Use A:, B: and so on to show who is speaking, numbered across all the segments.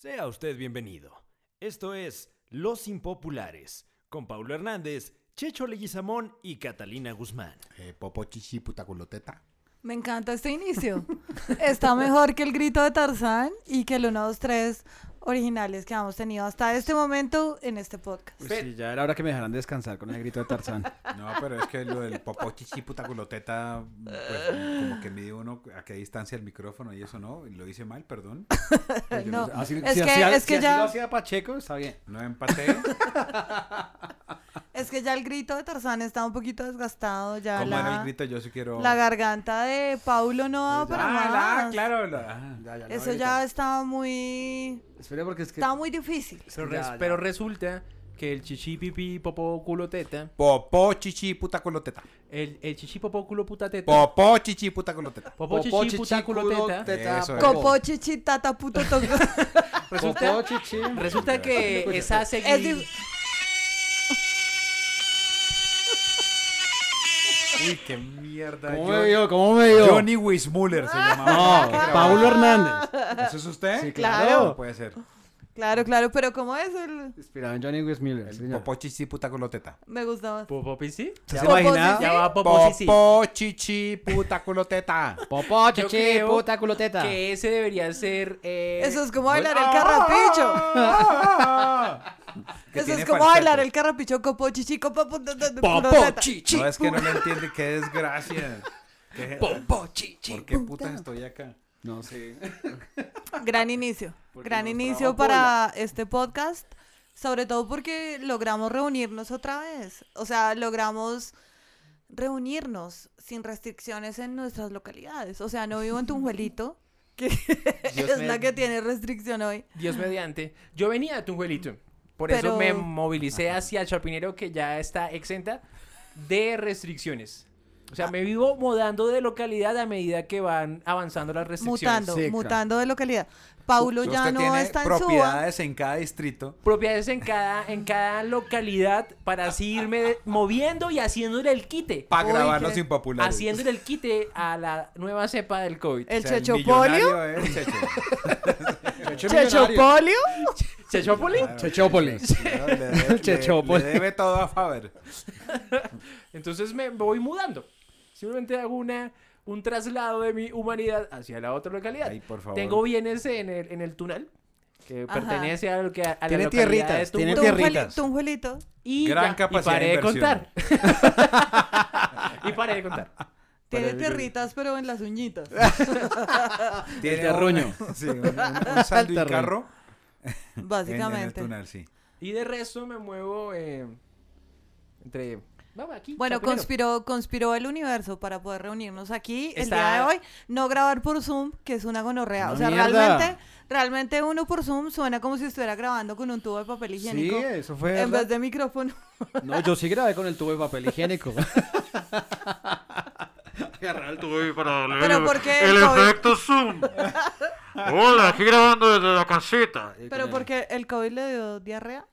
A: Sea usted bienvenido. Esto es Los Impopulares, con Paulo Hernández, Checho Leguizamón y Catalina Guzmán.
B: Eh, popo chichi putaculoteta.
C: Me encanta este inicio. Está mejor que el grito de Tarzán y que el 1, 2, 3 originales que hemos tenido hasta este momento en este podcast.
D: Pues sí, ya era hora que me dejaran descansar con el grito de Tarzán.
B: No, pero es que lo del popo chichi putaculoteta, pues como que mide uno a qué distancia el micrófono y eso no, y lo hice mal, perdón. Pues yo
C: No.
B: sé,
D: Así,
C: Es
D: si
C: que-
D: hacía-
C: es que
D: si así
C: ya-
D: lo hacía Pacheco, está bien.
B: No empaté.
C: Es que ya el grito de Tarzán está un poquito desgastado, ya
B: Como era el
C: la,
B: grito, yo sí quiero.
C: la garganta de Paulo no da
D: Ah,
C: para
B: ah,
C: más.
B: la, claro. la- ah,
D: Ya, ya lo
C: Eso
D: voy a
C: ya
D: evitar.
C: estaba muy
D: Espere, porque es que.
C: estaba muy difícil.
E: Pero,
D: Ya,
E: res-
D: ya.
E: pero resulta que el chichi pipí popo culo teta,
B: Popó chichi putaculoteta.
E: el, el chichi popo culo puta teta,
B: Popó chichi putaculoteta.
E: popo chichi puta culo teta,
B: Eso es.
C: Copo chichi tata puto toco.
E: resulta,
D: Popó, chichi.
E: resulta que esa
C: es
E: seguida
C: di-
B: Uy, qué mierda.
D: ¿Cómo
B: Yo-
D: me Ah, vio? ¿Cómo me vio?
B: Johnny Wismuller se
C: Ah,
B: llamaba.
D: No, Paulo Hernández.
B: ¿Eso es usted?
D: Sí, claro.
B: No puede ser.
C: Claro, claro, pero ¿cómo es el?
D: Inspirado en Johnny Westmiller. sí, señor.
B: Popó chichi putaculoteta.
C: Me gusta más.
E: popo pici,
D: ¿Usted se
C: Popó,
D: imagina?
C: sí,
E: ya va popo sí
B: Popó chichi putaculoteta.
D: Popó,
E: Yo
D: chichi,
E: creo
D: puta culoteta.
E: que ese debería ser eh,
C: Eso es como
B: Pues,
C: bailar
B: ah,
C: el carrapicho.
B: Que
C: Eso
B: tiene
C: es como
B: falsete.
C: bailar el carrapicho copo chichi copo pu- tu- tu- tu-
E: popo
C: puroteta.
E: chichi,
B: No, es que no le entiende. Qué desgracia. Qué-
E: popo chichi.
B: ¿Por qué putas estoy acá?
D: No sé.
C: Gran inicio.
D: Porque
C: Gran
D: nos
C: inicio
D: trajo
C: para este podcast. Sobre todo porque logramos reunirnos otra vez. O sea, logramos reunirnos sin restricciones en nuestras localidades. O sea, no vivo en Tunjuelito, que
E: Dios
C: es
E: me-
C: la que tiene restricción hoy.
E: Dios mediante. Yo venía de Tunjuelito. Por
C: Pero-
E: eso me movilicé hacia Chapinero, que ya está exenta de restricciones. O
C: Ah.
E: sea, me vivo mudando de localidad a medida que van avanzando las restricciones.
C: Mutando,
D: seca.
C: mutando de localidad. Paulo
B: Usted
C: ya no
B: tiene
C: está en Suba.
B: propiedades en cada distrito.
E: Propiedades en cada, en cada localidad para así irme de- moviendo y haciéndole el quite.
B: Para
C: Uy,
B: grabar los
C: qué-
B: impopulares.
E: Haciéndole el quite a la nueva cepa del COVID.
C: El
B: O sea, el
C: Chechopolio.
B: millonario es Checho.
C: Chechopolio.
E: ¿Chechópoli?
D: Chechópolis.
B: Le debe- le-
D: Chechopolio.
B: Le debe todo a Faber.
E: Entonces me voy mudando. Simplemente hago una, un traslado de mi humanidad hacia la otra localidad.
B: Ay, por favor.
E: Tengo bienes en el, en el túnel, que
C: Ajá.
E: pertenece a lo que a, la
D: Tiene
E: localidad
D: tierritas,
E: de Tunja.
D: tiene tierritas.
C: Tunjueli-
D: tierritas.
C: Tunjuelito.
E: Y
B: Gran
E: ya,
B: capacidad
E: y paré
B: de
E: de
B: inversión.
E: contar. y paré de contar.
C: Tiene tierritas, pero en las uñitas.
B: Tiene
D: terruño.
B: un- Sí, un, un, un sándwich
D: terruño.
B: carro en- en, el
C: Básicamente.
B: túnel, sí.
E: Y de resto me muevo eh, entre... Vamos aquí.
C: Bueno,
E: Chapinero.
C: conspiró, conspiró el universo para poder reunirnos aquí el
E: Está-
C: día de hoy, no grabar por Zoom, que es una gonorrea.
D: ¡Una
C: o sea,
D: mierda!
C: realmente, realmente uno por Zoom suena como si estuviera grabando con un tubo de papel
D: Sí,
C: higiénico
D: eso fue.
C: en vez de micrófono.
D: No, yo sí grabé con el tubo de papel higiénico.
C: Pero porque el, COVID-
F: efecto Zoom.
G: Hola, aquí grabando desde la casita.
C: Pero porque el COVID le dio diarrea.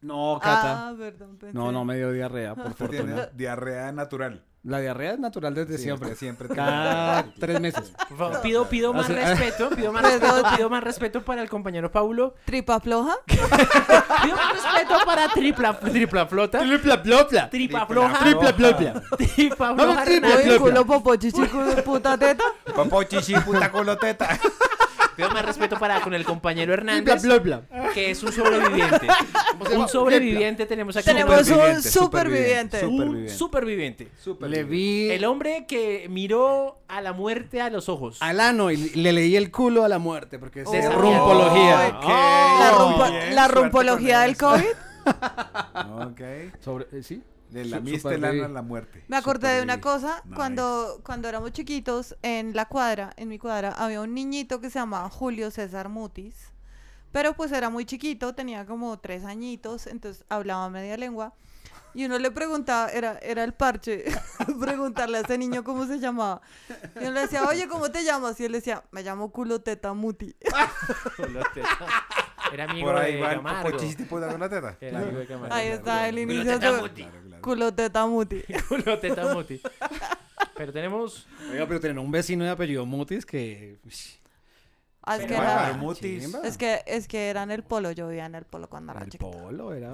D: No, Cata.
C: Ah, perdón. pensé.
D: no, no me dio diarrea, por
B: Usted tiene
D: fortuna.
B: diarrea natural.
D: La diarrea es natural desde
B: Sí,
D: siempre. Ah.
B: usted siempre tiene
D: Cada
B: diarrea.
D: tres meses.
E: Por favor, pido, pido más respeto, pido más
C: Perdón.
E: respeto, pido más respeto para el compañero Paulo.
C: ¿Tripa floja?
E: Pido más respeto para tripla, tripla flota.
D: Tripla plopla.
E: Tripa floja.
D: Tripla plopla.
E: Tripa
D: Vamos,
E: floja.
D: tripa
E: Renato.
C: Oye,
D: floja.
C: culo, popo, chichi, culo, puta teta.
B: Popo chichi puta coloteta.
E: Pido más respeto para con el compañero
D: Tripla
E: Hernández,
D: plopla.
E: que es un sobreviviente. Un sobreviviente tenemos aquí.
C: Tenemos un
B: Superviviente,
C: superviviente.
B: superviviente.
E: un superviviente.
D: Le vi
E: El hombre que miró a la muerte a los ojos.
D: al ano y le leí el culo a la muerte porque es
C: Uy,
D: rumpología.
C: ok. La, rumpo- la rumpología del COVID.
B: Ok.
D: Sobre, eh, ¿Sí?
B: Le
D: Su-
B: lamiste
D: super
B: el ano
D: vi.
B: a la muerte.
C: Me acordé de una
B: Supervivi.
C: cosa,
B: Nice.
C: cuando, cuando éramos chiquitos, en la cuadra, en mi cuadra, había un niñito que se llamaba Julio César Mutis, pero pues era muy chiquito, tenía como tres añitos, entonces hablaba media lengua, y uno le preguntaba, era, era el parche, preguntarle a ese niño cómo se llamaba, y uno le decía, oye, ¿cómo te llamas? Y él decía, me llamo culo teta muti.
E: Era amigo
B: Por ahí
E: de
B: va el
E: Camargo.
B: popo chichi puta coloteta.
E: Era amigo de Camargo.
C: Ahí está el
G: Culo
C: inicio
G: teta
C: de
G: muti.
C: culo teta muti.
E: Culo teta muti. Pero tenemos
D: Oiga, pero tener un vecino de apellido Mutis que...
C: Ah, es, que
B: Bueno,
C: era-
B: Bermutis.
D: Chimba.
C: es, que, es que era en el polo, yo vivía en el polo cuando era
D: El
C: chiquita.
D: polo era...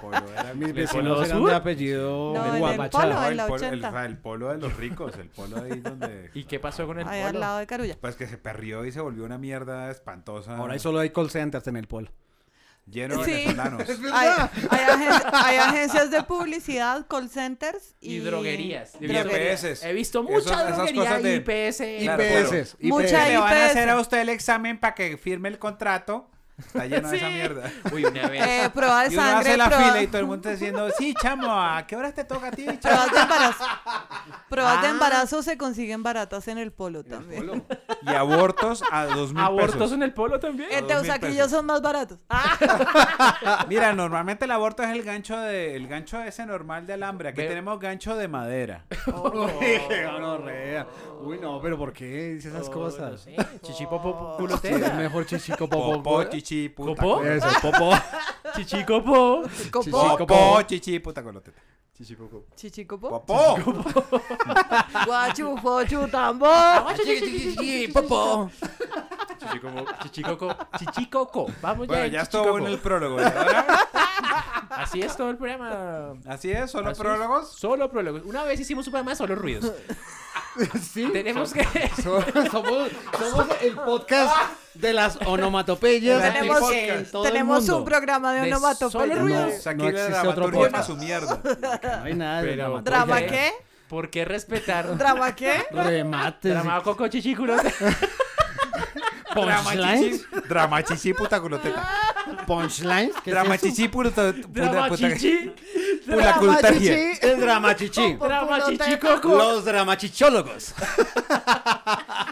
B: Polo era-
D: Mis
E: Polo
D: vecinos eran
E: Sur?
D: de apellido
C: No, en el
D: Guamachal.
C: polo.
B: No,
C: en
B: el
C: la
B: polo- el-
C: 80.
B: o sea, El polo de los ricos, el polo ahí donde...
E: ¿Y qué pasó con el
C: Ahí al
E: polo?
C: lado de Carulla.
B: Pues que se perrió y se volvió una mierda espantosa.
D: Ahora solo hay call centers en el polo.
B: Lleno de
C: Sí.
B: venezolanos.
C: Hay, hay agen- hay agencias de publicidad, call centers y,
E: Y droguerías.
B: Y
E: Droguerías.
B: IPS.
E: He visto
B: Eso-
E: mucha
B: esas
E: droguería
B: cosas de-
E: IPS.
B: Claro,
D: IPS,
B: pero-
D: IPS.
C: Mucha
B: Le van a
C: IPS.
B: hacer a usted el examen para que firme el contrato. Está lleno de esa
E: Sí.
B: mierda.
E: Uy, una vez.
C: Eh, prueba de
B: Y uno hace
C: sangre,
B: la
C: prueba-
B: fila y todo el mundo está diciendo, sí, chamo, ¿a qué horas te toca a ti, chamo?
C: pruebas de embarazo. Pruebas
B: Ah.
C: de embarazo se consiguen baratas en el polo también.
B: Y abortos a dos mil
E: ¿Abortos
B: pesos.
E: en el polo también?
C: En
B: dos mil
C: Teusaquillo
B: pesos.
C: son más baratos. Ah,
B: Mira, normalmente el aborto es el gancho de, el gancho ese normal de alambre. Aquí
E: Ve-
B: tenemos gancho de madera.
D: Oh, Qué gonorrea. Uy, no, pero ¿por qué dice esas
E: No
D: cosas?
E: sé, Chichipopo
D: Sí, es
E: culotera.
D: mejor chichico popo.
B: Popó,
D: güey.
B: chichi, puta.
E: ¿Popó?
B: coloteta.
D: Eso, popo.
E: Chichicopo.
C: Chichicopo.
B: Popó, chichi, puta coloteta.
C: Chichicopo.
B: Popó.
C: Guachufo, chutambo.
E: Chichicopo. Chichicoco. Chichicoco. Vamos ya.
B: Bueno,
E: el
B: ya
E: chichicoco.
B: estuvo en el prólogo. ¿y ahora?
E: Así es todo el programa.
B: Así es, solo
E: Así es.
B: prólogos.
E: Solo prólogos. Una vez hicimos un programa de solo ruidos. Tenemos que.
D: somos, somos el podcast de las onomatopeyas.
B: El
D: en
C: Tenemos,
B: podcast.
D: todo el
C: tenemos
D: mundo.
C: un programa de
E: De
C: onomatopeya.
E: solo ruido.
B: Aquí
D: No
B: la
D: existe otro
B: dramaturgia era
D: podcast.
B: su mierda.
D: No hay nada de
E: Pero-
D: drama.
C: ¿Drama
E: Oye.
C: qué?
E: ¿Por qué respetar?
C: ¿Drama qué?
D: Remates.
E: Drama Coco Chichiculote.
B: Drama
D: Punchlines.
B: chichi- Drama chichi, puta coloteta.
D: Punchlines. ¿qué es
B: Drama
D: eso?
B: chichi, puta puta-
E: Drama
B: puta-
E: Chichi.
D: Pues
B: puta coloteta.
D: Chichi, El drama chichi.
E: Drama Chichicoco.
D: Los dramachichólogos.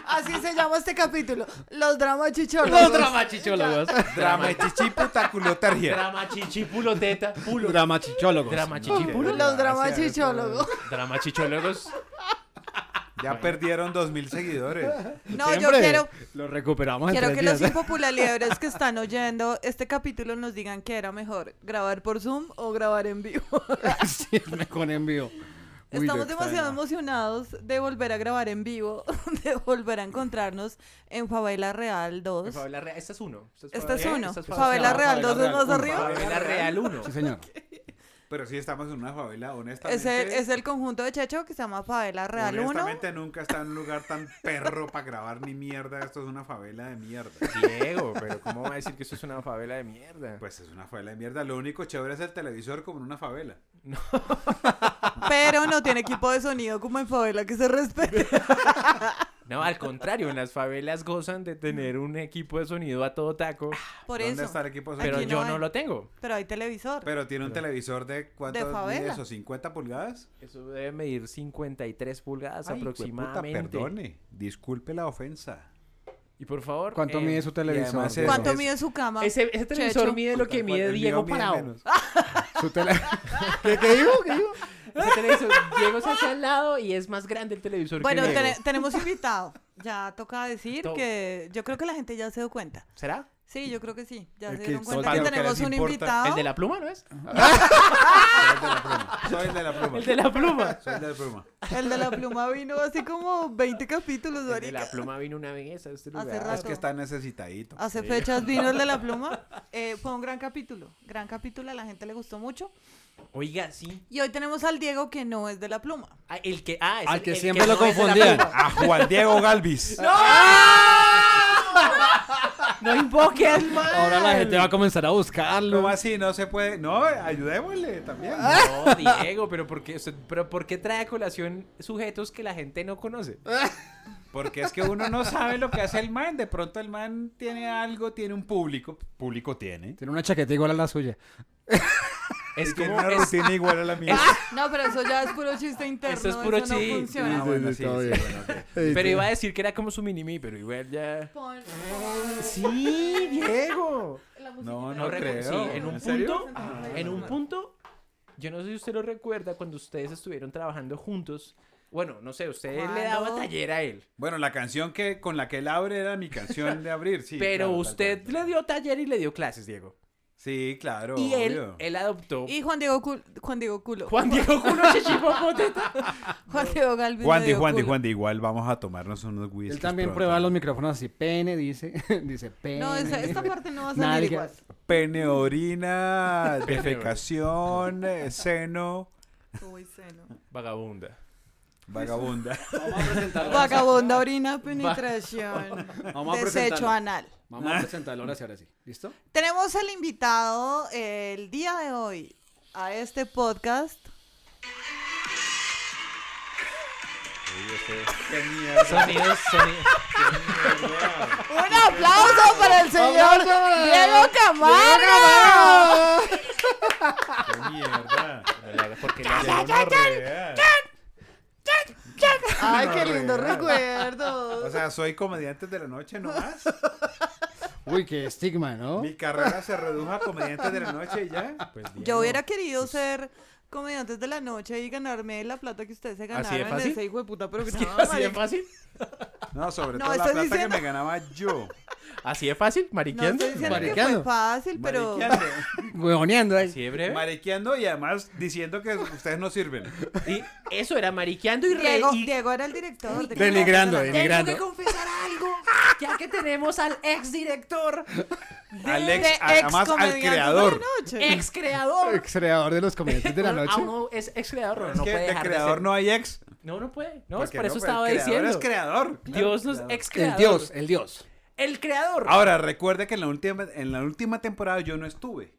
C: Así se llama este capítulo. Los dramas
D: Los
C: chicholos.
D: dramachichólogos.
B: Drama chichi, puta culotergia.
E: Drama Chichipuloteta. Pulo.
D: Dramachichólogos.
E: Drama Chichipulo.
C: Los dramas
B: Gracias.
C: chichólogos.
E: Drama Chichólogos.
B: Ya perdieron dos mil seguidores.
C: No, yo
D: Siempre
C: quiero,
D: Lo recuperamos en
C: quiero
D: tres
C: que los
D: días.
C: impopulares que están oyendo este capítulo nos digan que era mejor grabar por Zoom o grabar en vivo.
D: Sí, me con envío. Uy, lo
C: Estamos demasiado
D: extraño.
C: emocionados de volver a grabar en vivo, de volver a encontrarnos en Favela Real 2.
E: Favela Real. Este es uno.
C: Pues Este es
E: Favela-
C: uno.
E: este es
C: Favela Real 2 es
D: Favela
C: más
D: Real,
C: arriba.
E: Favela Real 1.
D: Sí, señor.
B: Pero sí estamos en una favela, honestamente.
C: Es el, es el conjunto de Checho que se llama Favela Real 1.
B: Honestamente nunca está en un lugar tan perro para grabar ni mierda. Esto es una favela de mierda.
E: Diego, pero ¿cómo va a decir que eso es una favela de mierda?
B: Pues es una favela de mierda. Lo único chévere es el televisor como en una favela.
C: Pero no tiene equipo de sonido como en Favela que se respete.
E: No, al contrario, en las favelas gozan de tener un equipo de sonido a todo taco,
C: Por
B: ¿Dónde
C: eso.
B: está el equipo? de
C: Ah, Aquí
E: pero
B: sonido?
C: no
E: yo no,
C: hay.
E: lo tengo.
C: Pero hay televisor.
B: Pero tiene un televisor de cuánto
C: De favela.
B: mide eso, 50 pulgadas.
E: Eso debe medir 53 pulgadas
B: Ay,
E: Pues aproximadamente.
B: hijueputa, perdone, disculpe la ofensa.
E: Y por favor,
D: ¿Cuánto
E: eh,
D: mide su televisor?
B: además es-
D: Diego?
C: ¿Cuánto mide su cama?
E: Ese, ese televisor
C: Checho.
E: mide lo que
B: El
E: mide
B: mío
E: Diego
B: mide
E: Parado.
B: menos.
D: Su tele- ¿Qué, qué digo? ¿Qué digo?
E: Ese televisor, Diego se hace al lado y es más grande el televisor
C: Bueno,
E: que Diego.
C: tene- tenemos invitado. Ya toca decir
E: To-
C: que yo creo que la gente ya se dio cuenta.
E: ¿Será?
C: Sí, yo creo que sí. Ya
B: El
C: se
B: que
C: dieron cuenta que
B: soltaron que
C: tenemos
B: les
C: un
B: importa.
C: invitado.
E: ¿El de la pluma, no es?
B: Soy el de la pluma.
E: El de la pluma.
B: Soy el de la pluma.
C: El de la pluma vino hace como 20 capítulos,
E: El de
C: marica.
E: la pluma vino una vez a este
C: Hace
E: lugar.
C: rato.
B: Es que está necesitadito.
C: Hace fechas vino el de la pluma. Eh, fue un gran capítulo. Gran capítulo, a la gente le gustó mucho.
E: Oiga, sí.
C: Y hoy tenemos al Diego que no es de la pluma.
E: Ah, el que, ah, es
D: Al
E: el-
D: que
E: el
D: siempre lo
E: no es de la
D: confundían.
E: pluma.
B: A Juan Diego Galvis.
E: No invoques más.
D: Ahora la gente va a comenzar a buscarlo.
B: ¿Cómo así? No se puede. No, ayudémosle también.
E: No, Diego, pero ¿por qué, usted- pero ¿por qué trae a colación sujetos que la gente no conoce?
B: Porque es que uno no sabe lo que hace el man. De pronto el man tiene algo, tiene un público. Público tiene.
D: Tiene una chaqueta igual a la suya.
E: Es
B: Y tiene
E: como...
B: una
E: Es,
B: rutina igual a la mía. Ah,
C: Ah, No, pero eso ya es puro chiste interno.
E: Eso es puro
C: eso no
E: chiste.
C: funciona.
B: Ah, bueno, sí,
D: está
B: sí,
D: bien.
B: bueno, ok.
E: pero iba a decir que era como su mini pero igual ya...
C: Pon-
E: Sí, Diego.
C: la
B: No,
C: musiquita.
B: no
E: recu-
B: creo.
E: sí, en un
B: ¿En serio?
E: punto, en un punto, yo no sé si usted lo recuerda cuando ustedes estuvieron trabajando juntos. Bueno, no sé, usted le daba
C: ¿Cuándo?
E: taller a él,
B: Bueno, la canción que con la que él abre era mi canción de abrir, sí.
E: pero
B: claro, tal
E: usted
B: cual.
E: le dio taller y le dio clases, Diego.
B: Sí, claro.
E: y él,
B: obvio.
E: él adoptó.
C: Y Juan Diego, Cul- Juan Diego Culo.
E: Juan Diego Culo Chichipopoteta.
C: Juan Diego Galvin.
B: Juan
C: le
B: Di,
C: dio
B: Juan Di,
C: culo.
B: Juan Di, igual vamos a tomarnos unos whisky.
D: Él también prueba los micrófonos así. Pene, dice. dice pene.
C: No, esa- esta parte no va a
D: Nalga.
C: salir igual.
B: Pene, orina, defecación, eh, seno,
C: Uy, seno.
E: Vagabunda.
B: vagabunda.
D: Vamos a presentarlo.
C: Vagabunda orina penetración.
D: Vamos a
C: Desecho
D: presentarlo.
C: anal.
D: Vamos a presentarlo ahora sí, ahora sí. ¿Listo?
C: Tenemos el invitado eh, el día de hoy a este podcast.
E: Sonidos, sonidos.
C: ¡Un aplauso para el señor Diego Camargo!
B: ¡Qué mierda!
E: Porque le hace-
C: ¡Ay, qué lindo recuerdo!
B: O sea, soy comediante de la noche nomás.
D: Uy, qué estigma, ¿no?
B: Mi carrera se redujo a comediante de la noche y ya. Pues bien.
C: Yo hubiera querido ser comediantes de la noche y ganarme la plata que ustedes se
E: ¿Así de
C: ganaron en
E: fácil?
C: ese hijo de puta
E: Es
C: programa.
E: que así de
C: marica.
E: fácil.
B: No, sobre
C: No,
B: todo la
C: estás
B: plata
C: diciendo-
B: que me ganaba yo.
E: Así de fácil,
C: No
E: mariqueando.
C: estoy diciendo que
D: Mariqueando.
C: fue fácil, pero...
B: Mariqueando.
D: Huevoneando ¿eh? ahí.
E: Así de breve.
B: Mariqueando y además diciendo que ustedes no sirven.
E: Y eso era mariqueando y re...
C: Diego,
E: y-
C: Diego era el director. de
D: Denigrando,
C: Comediantes de la Noche.
D: denigrando.
E: confesar algo, ya que tenemos al ex director,
B: Al
C: De
B: ex,
C: ex
B: además al
C: comediantes de la
B: creador.
C: noche.
E: ex creador.
D: Ex creador de los comediantes de la
E: Bueno,
D: noche.
E: aún no es ex creador, no,
B: Es que
E: puede
B: de
E: dejar de
B: creador
E: ser.
B: no hay ex.
E: No, no puede. No,
B: Porque
E: por eso
B: pues,
E: estaba
B: el creador
E: diciendo.
B: es creador.
E: Dios los ex
D: El
E: creador.
D: dios, el dios.
E: El creador.
B: Ahora, recuerda que en la última, en la última temporada yo no estuve.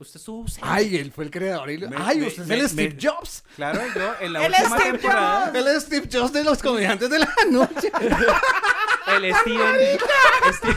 E: Usted estuvo
B: Ah,
E: ausente.
D: Ay, él fue el creador. y-
B: Me-
D: Ay,
B: me-
D: usted
B: me-
D: es el
B: me-
D: Steve Jobs.
B: Claro, yo en la
C: El
B: última
C: Steve
B: temporada.
D: Él es Steve Jobs de los comediantes de la noche.
E: El Steven. Steven-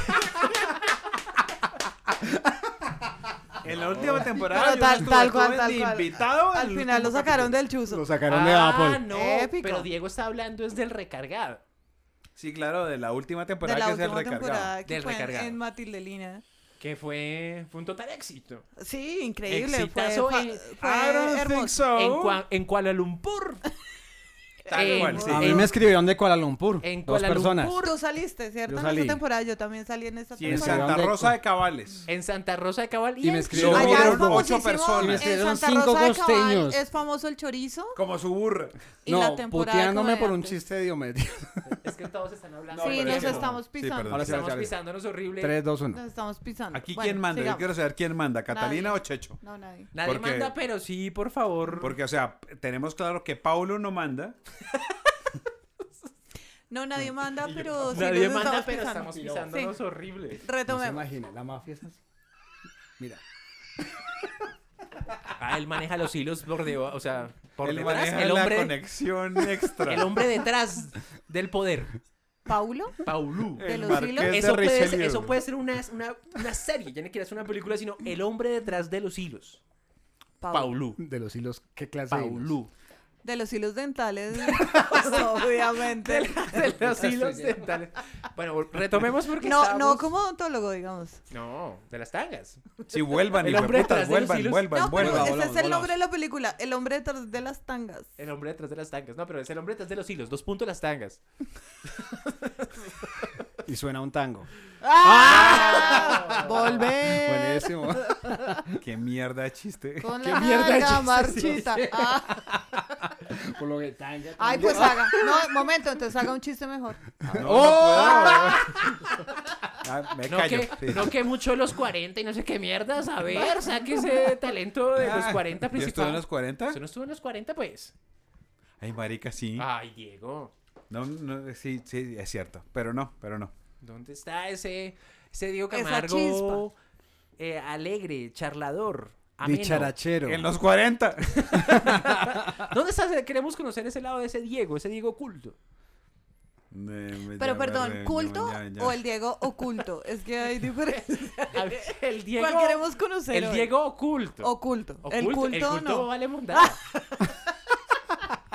B: En la última temporada
C: Pero
B: yo
C: tal-
B: no estuve,
C: tal cual,
B: estuve
C: tal
B: de
C: cual.
B: invitado. en
C: Al
B: el
C: final lo
B: último
C: sacaron del
D: Lo
C: chuzo.
D: sacaron de
E: Ah,
D: Apple.
E: no.
C: Épico.
E: Pero Diego está hablando es del recargado.
B: capítulo. Sí, claro, de la última temporada
C: de la
B: que es el
C: última
B: recargado.
C: temporada que
E: Del
C: fue en-
E: recargado.
C: en Matildelina.
E: Que fue, fue un total éxito.
C: Sí, increíble. Fue,
E: Exitazo
C: fa-
E: en-
C: fue
B: I don't think
C: hermoso.
B: so.
E: En, Kua- en Kuala Lumpur.
B: Tal
E: en-
B: cual, sí.
D: A mí
E: en-
D: me escribieron de Kuala Lumpur.
E: en
D: dos
E: Kuala
D: personas.
E: Lumpur.
C: Tú saliste, ¿cierto?
D: Yo
C: En
D: salí.
C: esta temporada yo también salí en esta
B: Sí, en
C: temporada.
B: Santa
D: Sacaron de-
B: Rosa de Cabales.
C: Eh,
E: En Santa Rosa de Cabal.
D: Y me
E: en-
D: escribió-
B: Allá
C: Allá es
B: Ocho
C: famosísimo,
B: personas.
D: Me
C: En
D: escribieron
C: Santa
D: cinco
C: Rosa de Cabal
D: costeños.
C: es famoso el chorizo
B: Como su burra.
C: y
D: no,
C: la temporada
D: puteándome
C: de
D: por un
C: comediantes.
D: chiste de Diomedes.
E: Es que todos están hablando.
C: sí,
E: pero
C: nos
E: no.
C: estamos pisando.
B: perdón.
D: Ahora sí,
E: Estamos
D: ahora sí.
E: pisándonos horrible.
D: 3, 2, 1.
C: Nos estamos pisando.
B: Aquí
C: Bueno,
B: quién manda, yo
C: sigamos.
B: quiero saber quién manda, Catalina
C: Nadie.
B: o Checho.
C: No, nadie.
E: Nadie
B: Porque-
E: manda, pero sí, por favor.
B: Porque, o sea, tenemos claro que Paulo no manda.
C: No, nadie manda, pero sí
E: Nadie
C: nos
E: manda,
C: estamos
E: pero
C: pisando.
E: estamos pisándonos
C: Sí.
E: horrible.
D: No se
C: Retomemos.
D: imagina, la mafia es así. Mira.
E: Ah, él maneja los hilos por debajo, o sea, por
B: Él
E: detrás.
B: maneja
E: El
B: la
E: hombre,
B: conexión extra.
E: el hombre detrás del poder.
C: Paulo,
E: Paulú.
C: de
B: El
C: los
B: Marqués
C: hilos.
B: de
E: Eso puede, ser,
B: Richelieu.
E: eso puede ser una, una, una serie, ya ni siquiera es una película, sino El hombre detrás de los hilos.
C: Paulo.
E: Paulú.
D: De los hilos, ¿qué clase de hilos?
E: Paulú.
C: De los hilos dentales, Pues, obviamente.
E: de los hilos dentales. Bueno, retomemos porque
C: No, no
E: estábamos-
C: como odontólogo, digamos.
E: No, de las tangas.
B: Sí, vuelvan,
E: El
B: y
E: hombre detrás de los
B: vuelvan,
E: hilos.
B: vuelvan,
C: No, pero
B: vuelvan.
C: ese
D: volvamos,
C: es el
D: volvamos.
C: nombre de la película, El hombre detrás de las tangas.
E: El hombre detrás de las tangas. No, pero es el hombre detrás de los hilos. Dos puntos las tangas.
D: Y suena un tango.
C: ¡Ah! Volver
B: Buenísimo. Qué mierda de chiste.
C: con
E: Qué
C: la
E: mierda de
C: nalga
E: chiste, sí,
C: marchita. Ah,
D: Por lo que tanga.
C: ay, pues haga. No, momento, entonces haga un chiste mejor.
B: No, no puedo. Ah, me
E: ¡Oh! pues, No
B: callo.
E: que,
B: sí.
E: no que mucho de los 40 y no sé qué mierdas. A ver, saque ese talento de pues, los
B: Ah,
E: 40
B: ¿Yo estuve en
E: principales.
B: los
E: Ah.
B: 40?
E: Eso no estuvo en los 40, pues.
B: Ay, marica, sí.
E: Ay, Diego.
B: No, no, sí, sí, es cierto. Pero no, pero no.
E: ¿Dónde está ese, ese Diego
C: Esa
E: Camargo eh, alegre, charlador, ameno?
D: Dicharachero.
B: En los 40.
E: ¿Dónde está? ese- Queremos conocer ese lado de ese Diego, ese Diego culto.
C: Pero perdón, ¿culto o
B: pues,
C: el Diego oculto? Es que hay diferencia.
E: A ver, el Diego,
C: ¿Cuál queremos conocer?
E: el
C: hoy?
E: Diego oculto.
C: Oculto. El
E: Oculto,
C: culto, no.
E: vale mondada.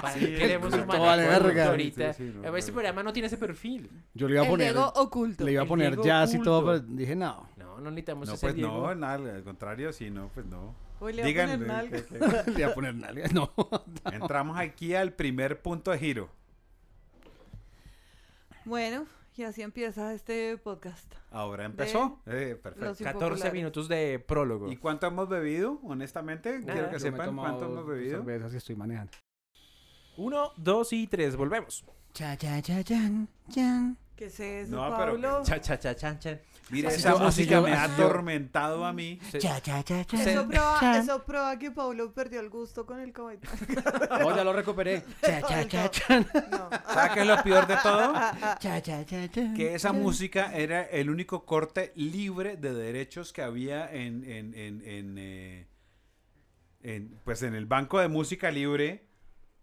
E: Para qué queremos
B: el
E: un
B: culto
E: manaco
D: vale
E: oculto
D: verga.
E: ahorita.
B: Sí, sí, no,
E: a ver, este
B: no.
E: programa no tiene ese perfil.
D: Yo le iba a
C: El
D: poner.
C: Diego oculto.
D: Le iba a
E: El
D: poner
E: Diego
D: jazz y todo,
E: culto.
D: pero dije no.
E: No, no necesitamos
B: No,
E: ese
B: pues
E: Diego.
B: no, nada, al contrario, sí, no, pues no.
C: Uy, le iba a
B: Digan,
C: poner nalga.
B: eh, que-
D: Le iba a poner nalga. No.
B: que- entramos aquí al primer punto de giro.
C: Bueno, y así empieza este podcast.
B: Ahora empezó. Eh,
C: Los
B: perfecto.
E: 14
C: impopulares.
E: minutos de prólogo.
B: ¿Y cuánto hemos bebido? Honestamente, quiero que
E: Yo
B: sepan cuánto hemos bebido.
D: Cervezas que estoy manejando.
E: Uno, dos y tres, volvemos.
D: Cha, cha, cha, chan, chan.
C: ¿Qué es eso,
B: No, pero
C: Pablo?
E: Cha, cha, cha, chan, chan.
B: Mira,
D: Así
B: esa
D: yo- así
B: música
D: yo-
B: me ha
D: así yo-
B: atormentado a mí.
D: Cha, cha, cha, chan.
C: Eso prueba, eso prueba que Pablo perdió el gusto con el caballo.
D: Oh, ya lo recuperé. Cha, cha, cha, chan.
C: No.
B: ¿Sabes qué es lo peor de todo?
D: Cha, cha, cha, chan.
B: Que esa música era el único corte libre de derechos que había en, en, en, en, eh, en, pues en el banco de música libre.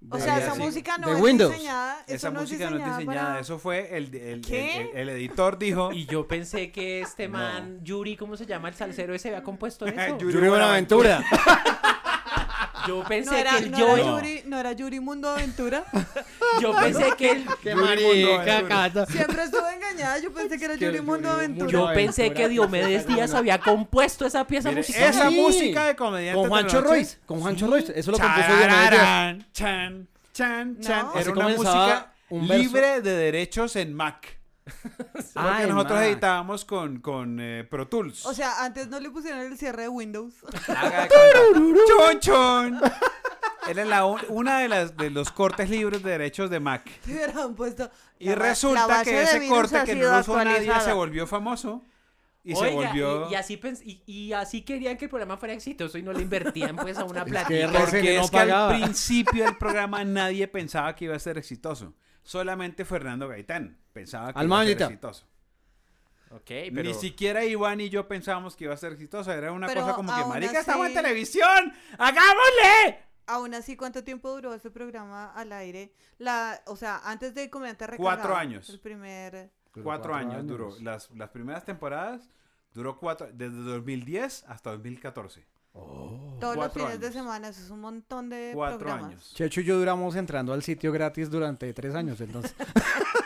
C: O sea,
B: De-
C: esa
B: sí.
C: música no
D: de
C: es
D: Windows.
C: diseñada. Eso
B: Esa
C: no es
B: música
C: diseñada.
B: no es diseñada,
C: para-
B: eso fue el, el- el,
C: ¿Qué?
B: el- el editor dijo.
E: Y yo pensé que este man, Yuri, ¿cómo se llama el salsero ese? Había compuesto eso.
B: Yuri
D: Yuri Buenaventura.
E: Yo
C: No
E: pensé
C: era,
E: que el
C: no,
E: Joey.
C: era Yuri, no era Yuri Mundo Aventura.
E: Yo pensé que el-
D: Qué
B: Yuri Mundo
D: marica, eh.
B: Aventura.
D: cata.
C: Siempre estuve engañada. Yo pensé que era
D: que
C: Yuri
D: el
C: Mundo
D: Yuri
C: Aventura.
D: Mundo-
E: Yo pensé que Diomedes Díaz había compuesto esa pieza
B: Mire,
E: musical.
B: esa
D: Sí.
B: música de comediante.
D: Con Juancho Royce. Con Juancho Royce. Eso lo compuso Diomedes Díaz.
B: Chararán, chan, chan,
C: No.
B: chan.
C: Así
B: Era una
D: comenzaba
B: música
D: un verso.
B: libre de derechos en Mac.
D: Ah,
B: Porque
D: en
B: nosotros
D: Mac.
B: editábamos con, con eh, Pro Tools.
C: O sea, antes no le pusieron el cierre de Windows.
B: Haga de cuenta. chon, chon. Era la un- una de las de los cortes libres de derechos de Mac.
C: Te hubieran puesto.
B: Y
C: la ba- la
B: resulta
C: base
B: que
C: de
B: ese
C: virus
B: corte
C: ha
B: que
C: sido
B: no usó nadie
C: actualizada.
B: se volvió famoso. Y se
E: Oiga,
B: volvió.
E: y, y así pens- y, y así querían que el programa fuera exitoso y no le invertían pues a una plata.
D: que re-
B: Porque
D: que no
B: es que
D: pagaba.
B: al principio del programa nadie pensaba que iba a ser exitoso. Solamente Fernando Gaitán pensaba que iba a ser
D: Almanita.
B: exitoso.
E: Ok, pero...
B: Ni siquiera Iván y yo pensábamos que iba a ser exitoso. Era una
C: Pero
B: cosa como que,
C: aún
B: marica,
C: así-
B: estamos en televisión. ¡Hagámosle!
C: Aún así, ¿cuánto tiempo duró ese programa al aire? La, o sea, antes de Comediante Recargado.
B: Cuatro años.
C: El primer...
D: Duró
B: Cuatro,
D: cuatro
B: años,
D: años.
B: duró. Las, las primeras temporadas duró cuatro, desde 2010 hasta 2014.
C: Todos los
B: Cuatro
C: fines de
B: años.
C: semana, eso es un montón
E: Eh,
C: de
B: Cuatro
C: programas.
B: años.
D: Checho y yo duramos entrando al sitio gratis durante tres años, entonces.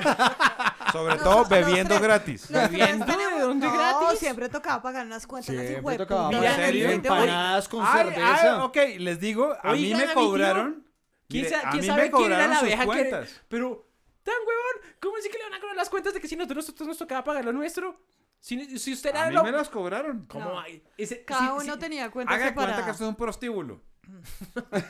E: Ah,
B: Sobre
C: Los-
B: todo
C: los
B: bebiendo
C: tres-
B: gratis.
C: Los tres
E: Bebiendo,
C: tenemos-
E: ¿de dónde
C: no,
E: gratis?
C: siempre tocaba pagar unas cuentas. las
D: Siempre
C: hijueputas.
D: tocaba
C: pues, Mira, en el
E: pagar. ¿En serio?
C: frente-
E: Oye,
D: Empanadas con
B: Ay,
D: cerveza.
B: ay, ok, les digo, a
E: Oigan,
B: mí
E: a mí,
B: me cobraron.
E: ¿Quién,
B: mire,
E: sa-
B: a
E: quién
B: mí
E: sabe
B: me
E: quién era
B: cobraron
E: la
B: sus
E: abeja que...
B: cuentas.
E: Pero, tan huevón, ¿cómo es que le van a cobrar las cuentas de que si nosotros, nosotros nos tocaba pagar lo nuestro? Si, si usted
B: A
E: era
B: mí
E: lo...
B: me las cobraron.
E: ¿Cómo
C: No.
E: hay? Ese-
C: Cada
E: sí,
C: uno
E: sí.
C: tenía cuentas
B: Haga de cuenta que
C: separadas.
B: esto es un prostíbulo.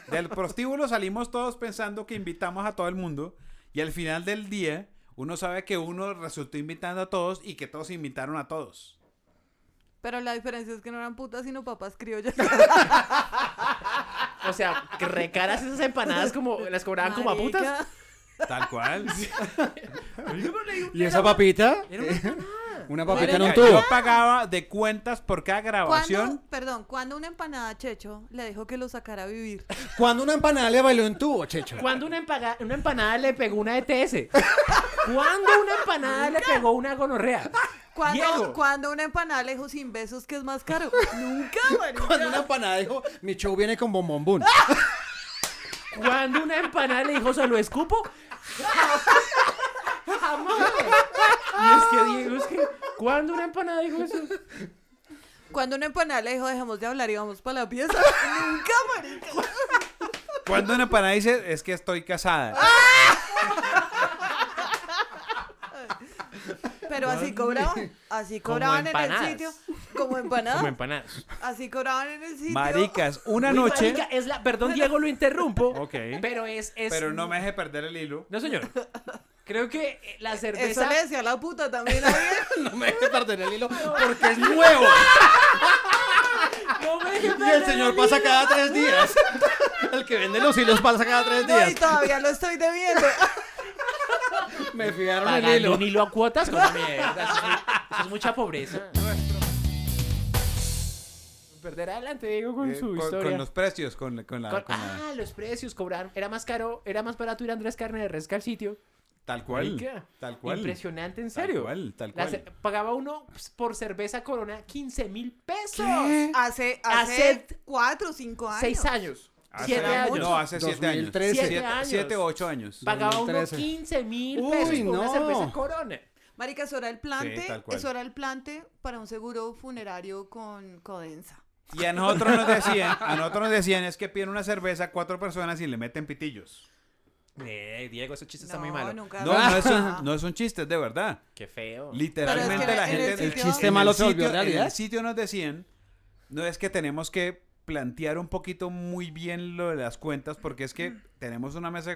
B: del prostíbulo salimos todos pensando que invitamos a todo el mundo y al final del día uno sabe que uno resultó invitando a todos y que todos invitaron a todos.
C: Pero la diferencia es que no eran putas, sino papas criollas.
E: O sea, que recaras esas empanadas como... Las cobraban como a putas.
C: Marica.
B: Tal cual.
D: ¿Y esa papita?
E: Era una empanada.
D: Una
C: papita en
D: papita en
C: un
D: un
B: Marica,
D: tubo.
B: Yo pagaba de cuentas por cada grabación.
C: ¿Cuándo, perdón, cuando una empanada Checho le dijo que lo sacara a vivir?
D: Cuando una empanada le bailó en tubo, Checho.
E: ¿Cuándo una, empaga- una empanada le pegó una ETS? ¿Cuándo una empanada le pegó una gonorrea?
C: Cuando,
E: Diego.
C: cuando una empanada le dijo sin besos que es más caro. Nunca, marica.
D: Cuando una empanada dijo, mi show viene con bombombón.
E: Cuando una empanada le dijo, ¿se lo escupo? Jamás. Y es que Diego, es que, ¿cuándo una empanada dijo eso?
C: Cuando una empanada le dijo, dejemos de hablar y vamos para la pieza. Nunca, marica.
B: Cuando una empanada dice, es que estoy casada.
C: Pero así cobraban. Así
E: Como
C: cobraban en el
E: empanadas.
C: sitio. Como empanada.
E: Como empanadas.
C: Así cobraban en el sitio.
B: Maricas, una
E: Uy,
B: noche.
E: marica, es la... Perdón, Diego, lo interrumpo.
B: Ok.
E: Pero es... es...
B: Pero no me deje perder el hilo.
E: No, señor. Creo que eh, la cerveza...
C: Eso le decía la puta también a alguien.
D: No me dejes perder el hilo porque es nuevo.
E: No me deje
D: Y el
E: perder
D: señor
E: el
D: pasa cada tres días. El que vende los hilos pasa cada tres
C: No, y
D: días.
C: todavía lo estoy debiendo.
D: Me fiaron el
E: Pagando
D: hilo.
E: un hilo a cuotas con mierda. Eso es, eso es mucha pobreza. Perder adelante, Diego, con
B: Eh,
E: su
B: con,
E: historia.
B: con los precios, con, la- con la.
E: Con-
B: con la-
E: ah, los precios cobraron. Era más caro, era más barato ir a Andrés Carne de Res que al sitio.
B: Tal cual.
E: Marica,
B: Tal cual.
E: Impresionante, en
B: Tal
E: serio.
B: cual, tal
E: La
B: cual.
E: ce- pagaba uno pues, por cerveza corona 15 mil pesos.
C: Hace, hace
E: Hace-
C: cuatro o cinco años.
E: Seis años.
B: Hace-
E: siete años.
B: Ah, No, hace siete años.
D: 2013.
E: Siete
B: Siete,
E: años.
B: siete o ocho años.
E: Pagaba uno
D: 2013.
E: 15 mil
D: Uy,
E: pesos por una
D: no.
E: cerveza corona.
C: Marica, eso era el plante.
B: tal cual.
C: eso era el plante para un seguro funerario con Codensa.
B: Y a nosotros nos decían, a nosotros nos decían es que piden una cerveza a cuatro personas y le meten pitillos.
E: Eh, Diego, esos chistes
C: no,
E: están muy malos.
C: nunca.
B: No, no es un, no es un chiste, es de verdad.
E: Qué feo.
B: Literalmente
C: Pero es que en
B: la gente...
C: el sitio- El
D: chiste
B: en
D: malo
B: el
D: se volvió
B: sitio- En
D: realidad.
B: el sitio nos decían, no es que tenemos que plantear un poquito muy bien lo de las cuentas porque es que tenemos una mesa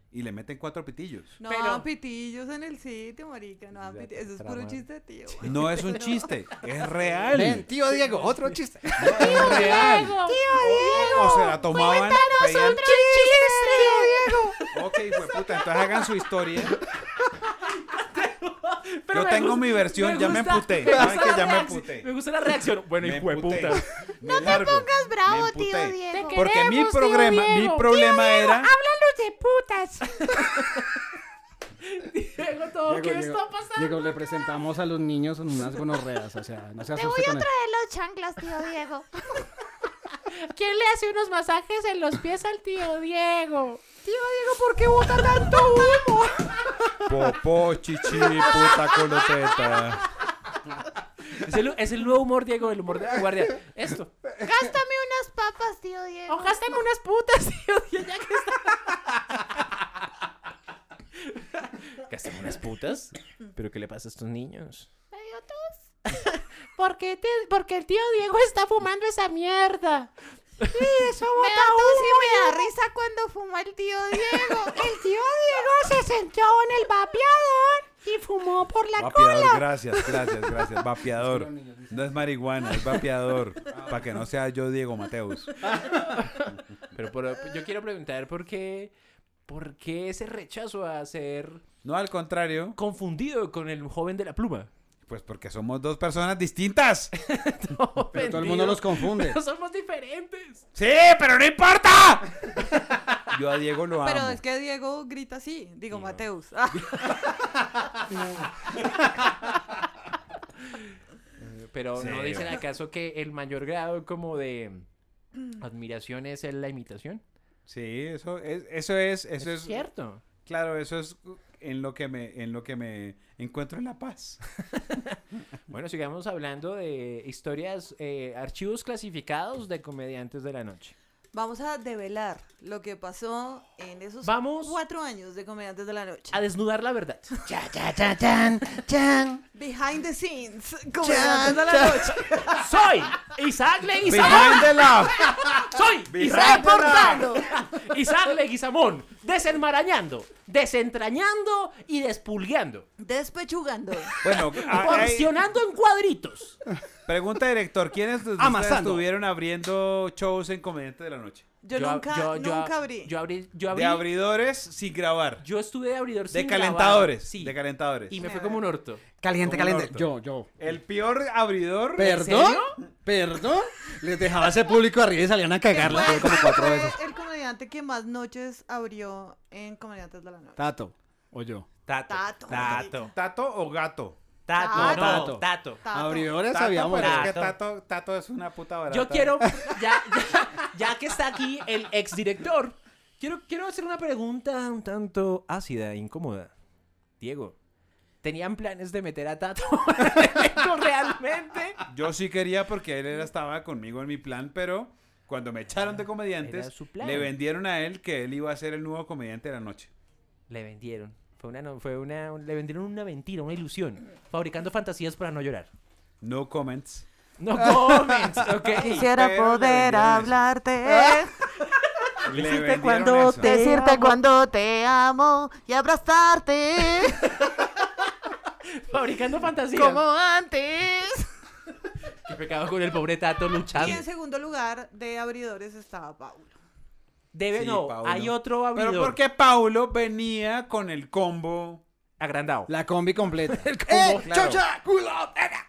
B: y le meten cuatro pitillos.
C: No
E: Pero-
C: dan pitillos en el sitio, marica. No dan pitillos. Eso es puro chiste, tío. güey.
B: No es un chiste, es real.
D: Ven, tío Diego, otro chiste.
B: es real. O se la tomaban. pedían- Ok, pues puta, entonces hagan su historia. Yo
E: me
B: tengo
E: gus-
B: mi versión, ya me
E: gusta-
B: emputé.
E: gusta
B: Saben que
E: la
B: ya me
E: reacc-
B: emputé.
E: Me gusta la reacción. Bueno, hijo de puta.
B: No te pongas
H: bravo, tío Diego. Te
B: Porque mi
E: queremos, tío
B: programa,
E: Diego.
B: mi problema era.
H: Háblanos de putas.
E: Diego, todo, ¿qué
D: Diego,
E: me
D: Diego,
E: está pasando?
D: Diego, le presentamos a los niños en unas gonorreas, o sea, no se
H: Te voy
D: asuste
H: a
D: con él.
H: traer los chanclas, tío Diego.
E: ¿Quién le hace unos masajes en los pies al tío Diego? Tío Diego, ¿por qué bota tanto humo?
B: Popó, chichi, puta coloteta.
E: Es el, es el nuevo humor, Diego, el humor de la guardia. Esto.
H: Gástame unas papas, tío Diego.
E: Ojástame unas putas, tío Diego, ya que está. ¿Gástame unas putas? ¿Pero qué le pasa a estos niños?
H: Me dio tos.
E: ¿Por qué porque el tío Diego está fumando esa mierda.
H: Eso bota me da tos y me da risa cuando fuma el tío Diego. El tío Diego se sentó en el vapeador y fumó por la
B: Vapeador, gracias, gracias, gracias. Vapeador. No es marihuana, es vapeador. Para que no sea yo Diego Mateus.
E: Pero por- yo quiero preguntar por qué, por qué ese rechazo a ser
B: No, al contrario.
E: confundido con el joven de la pluma.
B: Pues porque somos dos personas distintas.
D: Pero todo el mundo los confunde.
E: Pero somos diferentes.
B: ¡Sí, pero no importa! Yo a Diego lo amo.
C: Pero es que Diego grita así, digo Mateus. ah,
E: Pero no
B: Sí.
E: dicen acaso que el mayor grado como de admiración es la imitación.
B: Sí, eso es, eso es, eso
E: Eso
B: es,
E: es cierto.
B: claro, eso es en lo que me, en lo que me encuentro en la paz.
E: Bueno, sigamos hablando de historias, eh, archivos clasificados de comediantes de la noche.
C: Vamos a develar lo que pasó en esos
E: Vamos.
C: cuatro años de Comediantes de la Noche.
E: A desnudar la verdad.
C: Behind the scenes, Comediantes de la Noche.
E: Soy Isaac Leguizamón.
B: Behind the love.
E: Soy Isaac Portando. Isaac Leguizamón. Desenmarañando, desentrañando y despulgueando.
C: Despechugando.
B: Bueno, a- a-
E: Porcionando en cuadritos.
B: pregunta director, ¿quiénes de ustedes
E: Amasando.
B: estuvieron abriendo shows en Comediante de la Noche?
C: Yo,
E: ab-
C: nunca,
E: yo-
C: nunca abrí.
E: Yo abrí, yo abrí.
B: De abridores sin grabar,
E: Yo estuve de abridor
B: de
E: sin grabar.
B: calentadores,
E: Sí.
B: de calentadores.
E: Y me fue como un orto.
D: Caliente,
B: Como un
D: caliente.
B: orto.
D: Yo, yo.
B: El peor abridor.
D: ¿Perdón? ¿Perdón? Les dejaba ese público arriba y salían a cagarla. Fue como cuatro
C: Fue
D: veces.
C: el comediante que más noches abrió en Comediantes de la Noche.
D: Tato. O yo.
E: Tato.
C: Tato.
E: Tato.
B: Tato o gato.
E: Tato.
C: Tato.
E: Tato.
C: Tato.
D: Abridores
B: Tato,
D: habíamos.
B: pero es que
E: Tato.
B: Tato, Tato es una puta barata.
E: Yo quiero, ya, ya, ya que está aquí el exdirector, quiero, quiero hacer una pregunta un tanto ácida e incómoda. Diego, ¿tenían planes de meter a Tato en el elenco realmente?
B: Yo sí quería porque él era- estaba conmigo en mi plan, pero cuando me echaron de
E: Era
B: comediantes,
E: su plan.
B: le vendieron a él que él iba a ser el nuevo comediante de la noche.
E: Le vendieron. Fue una, no- fue una, le vendieron una mentira, una ilusión, fabricando fantasías para no llorar.
B: No comments.
E: No comments, ok.
C: Quisiera
B: Pero le
C: poder
B: vendieron eso.
D: Ah,
C: hablarte.
B: Le
C: Decirte
B: vendieron
C: cuando
B: eso.
C: te decirte cuando te amo y abrazarte
E: Fabricando fantasías.
C: como antes.
E: Qué pecado con el pobre Tato
C: Y
E: luchando.
C: en segundo lugar de abridores estaba Paulo.
E: Debe,
B: Sí,
E: no,
B: Paulo.
E: hay otro abridor.
B: Pero porque Paulo venía con el combo.
E: Agrandado.
D: La combi completa.
E: combo,
D: ¡Eh,
B: claro.
D: chocha, culo, venga!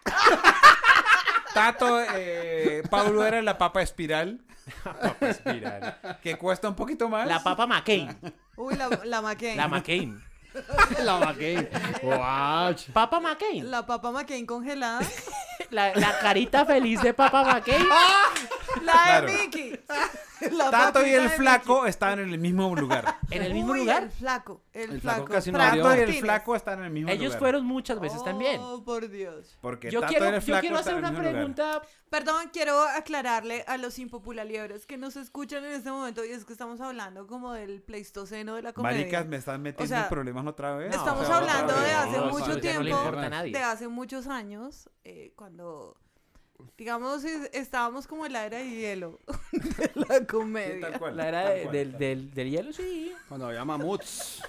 B: Tato, eh, Paulo era la papa espiral, que cuesta un poquito más.
E: La papa McCain.
C: Uy, la, la McCain.
E: La McCain.
D: La vaqué. ¡Wow!
E: Papa McCain.
C: La papa McCain congelada.
E: La, la carita feliz de Papa McCain.
B: Ah,
C: La
B: Claro.
C: de Mickey. La
B: Tato y
C: papita
B: el
C: de
B: flaco estaban en el mismo lugar.
C: Mickey.
E: En el mismo
C: Uy,
E: lugar.
C: El flaco. El,
D: El flaco
C: flaco.
D: casi no
C: Franco
D: abrió.
B: Tato y el
C: Martínez.
B: flaco están en el mismo lugar.
E: Ellos fueron muchas veces también.
C: Oh, por Dios.
B: Porque
E: Yo
B: Tato y
E: quiero,
B: el
E: yo
B: flaco
E: quiero hacer
B: estaban en
E: una
B: el mismo lugar.
E: pregunta.
C: Perdón, quiero aclararle a los impopularios que nos escuchan en este momento y es que estamos hablando como del pleistoceno de la comedia.
B: Maricas, me están metiendo
C: sea,
B: en problemas otra vez.
C: Estamos
B: O sea,
C: hablando
B: otra
C: de
B: vez.
C: hace
E: No,
C: mucho
E: eso ya No le
C: tiempo,
E: importa a nadie.
C: de hace muchos años, eh, cuando, digamos, es- estábamos como en la era de hielo de la
B: Sí,
C: comedia.
B: tal cual,
E: La era
B: tal
E: de-
B: cual.
E: del, del- del hielo, sí.
D: Cuando había mamuts.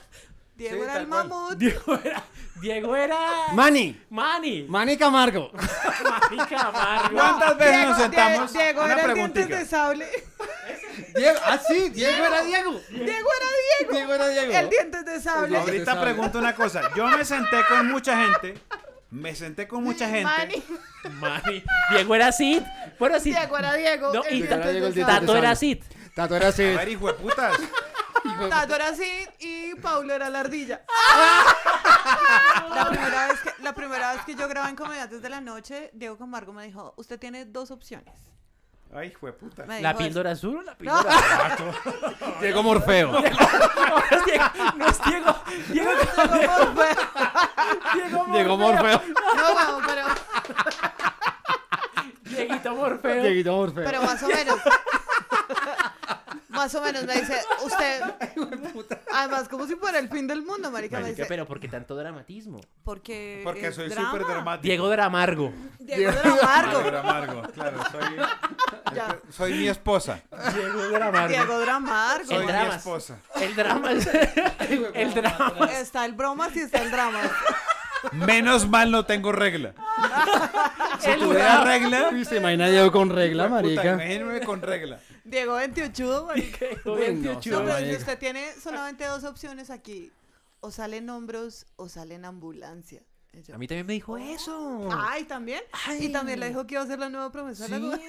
C: Diego
B: Sí,
C: era
B: tal
C: el
B: cual.
C: mamut.
E: Diego era. Diego era.
D: Manny.
E: Manny.
D: Manny Camargo.
E: Manny Camargo.
B: ¿Cuántas veces
C: Diego-
B: nos
C: Die-
B: sentamos?
C: Diego
B: Una
C: era el dientes
B: preguntita.
C: de sable.
D: Diego. Ah, sí, Diego era Diego.
C: Diego era Diego.
D: Diego era Diego.
C: El dientes de sable.
D: El dientes de
B: Ahorita
D: sable.
B: pregunto una cosa. Yo me senté con mucha gente. Me senté con mucha gente.
C: Manny.
E: Manny. Diego era Sid. Bueno, Sid.
C: Diego era Diego.
E: No,
C: el
E: y
C: dientes
D: Diego era Diego, el
C: de
D: dientes
C: sable.
D: de
E: Tato era
D: sable.
E: Sid.
D: Tato era así.
B: A ver, hijo de putas.
C: Tato era así y Paulo era la ardilla. La primera, vez que, la primera vez que yo grabé en Comediantes de la Noche, Diego Camargo me dijo, usted tiene dos opciones.
B: Ay, hijo de puta.
C: Me dijo
E: La
C: eso.
E: píldora azul o la píldora
D: Diego Morfeo.
E: No, es Diego, no es Diego. Diego Camargo. Diego Morfeo.
D: Diego Morfeo.
C: No, bueno, pero,
E: Dieguito Morfeo.
D: Dieguito Morfeo.
C: pero más o menos. Más o menos me dice, usted. Además, como si fuera el fin del mundo, marica. Me
E: Marica,
C: dice,
E: pero ¿por qué tanto dramatismo?
C: porque.
B: Porque
C: es
B: soy
C: drama.
B: súper dramático.
E: Diego Dramargo.
C: Diego Dramargo.
B: Pero amargo, claro. Soy,
C: Ya.
B: soy mi esposa.
E: Diego Dramargo.
C: Diego Dramargo.
B: Soy mi
E: dramas.
B: esposa.
E: El drama es... El drama.
C: Está el broma, sí está el drama.
B: Menos mal no tengo regla.
E: El
B: ¿Tuviera
E: drama.
B: regla?
D: Uy, se imagina Diego con regla,
B: Hijo de puta,
D: marica.
B: Imagínenme con regla.
C: Diego 28, marica.
D: Uy, no,
C: No, pero
D: marica.
C: si usted tiene solamente dos opciones aquí. O salen hombros o salen ambulancia. Y yo,
E: A mí también me dijo eso.
C: Ay, también. Y también le dijo que iba a ser la nueva profesora. güey.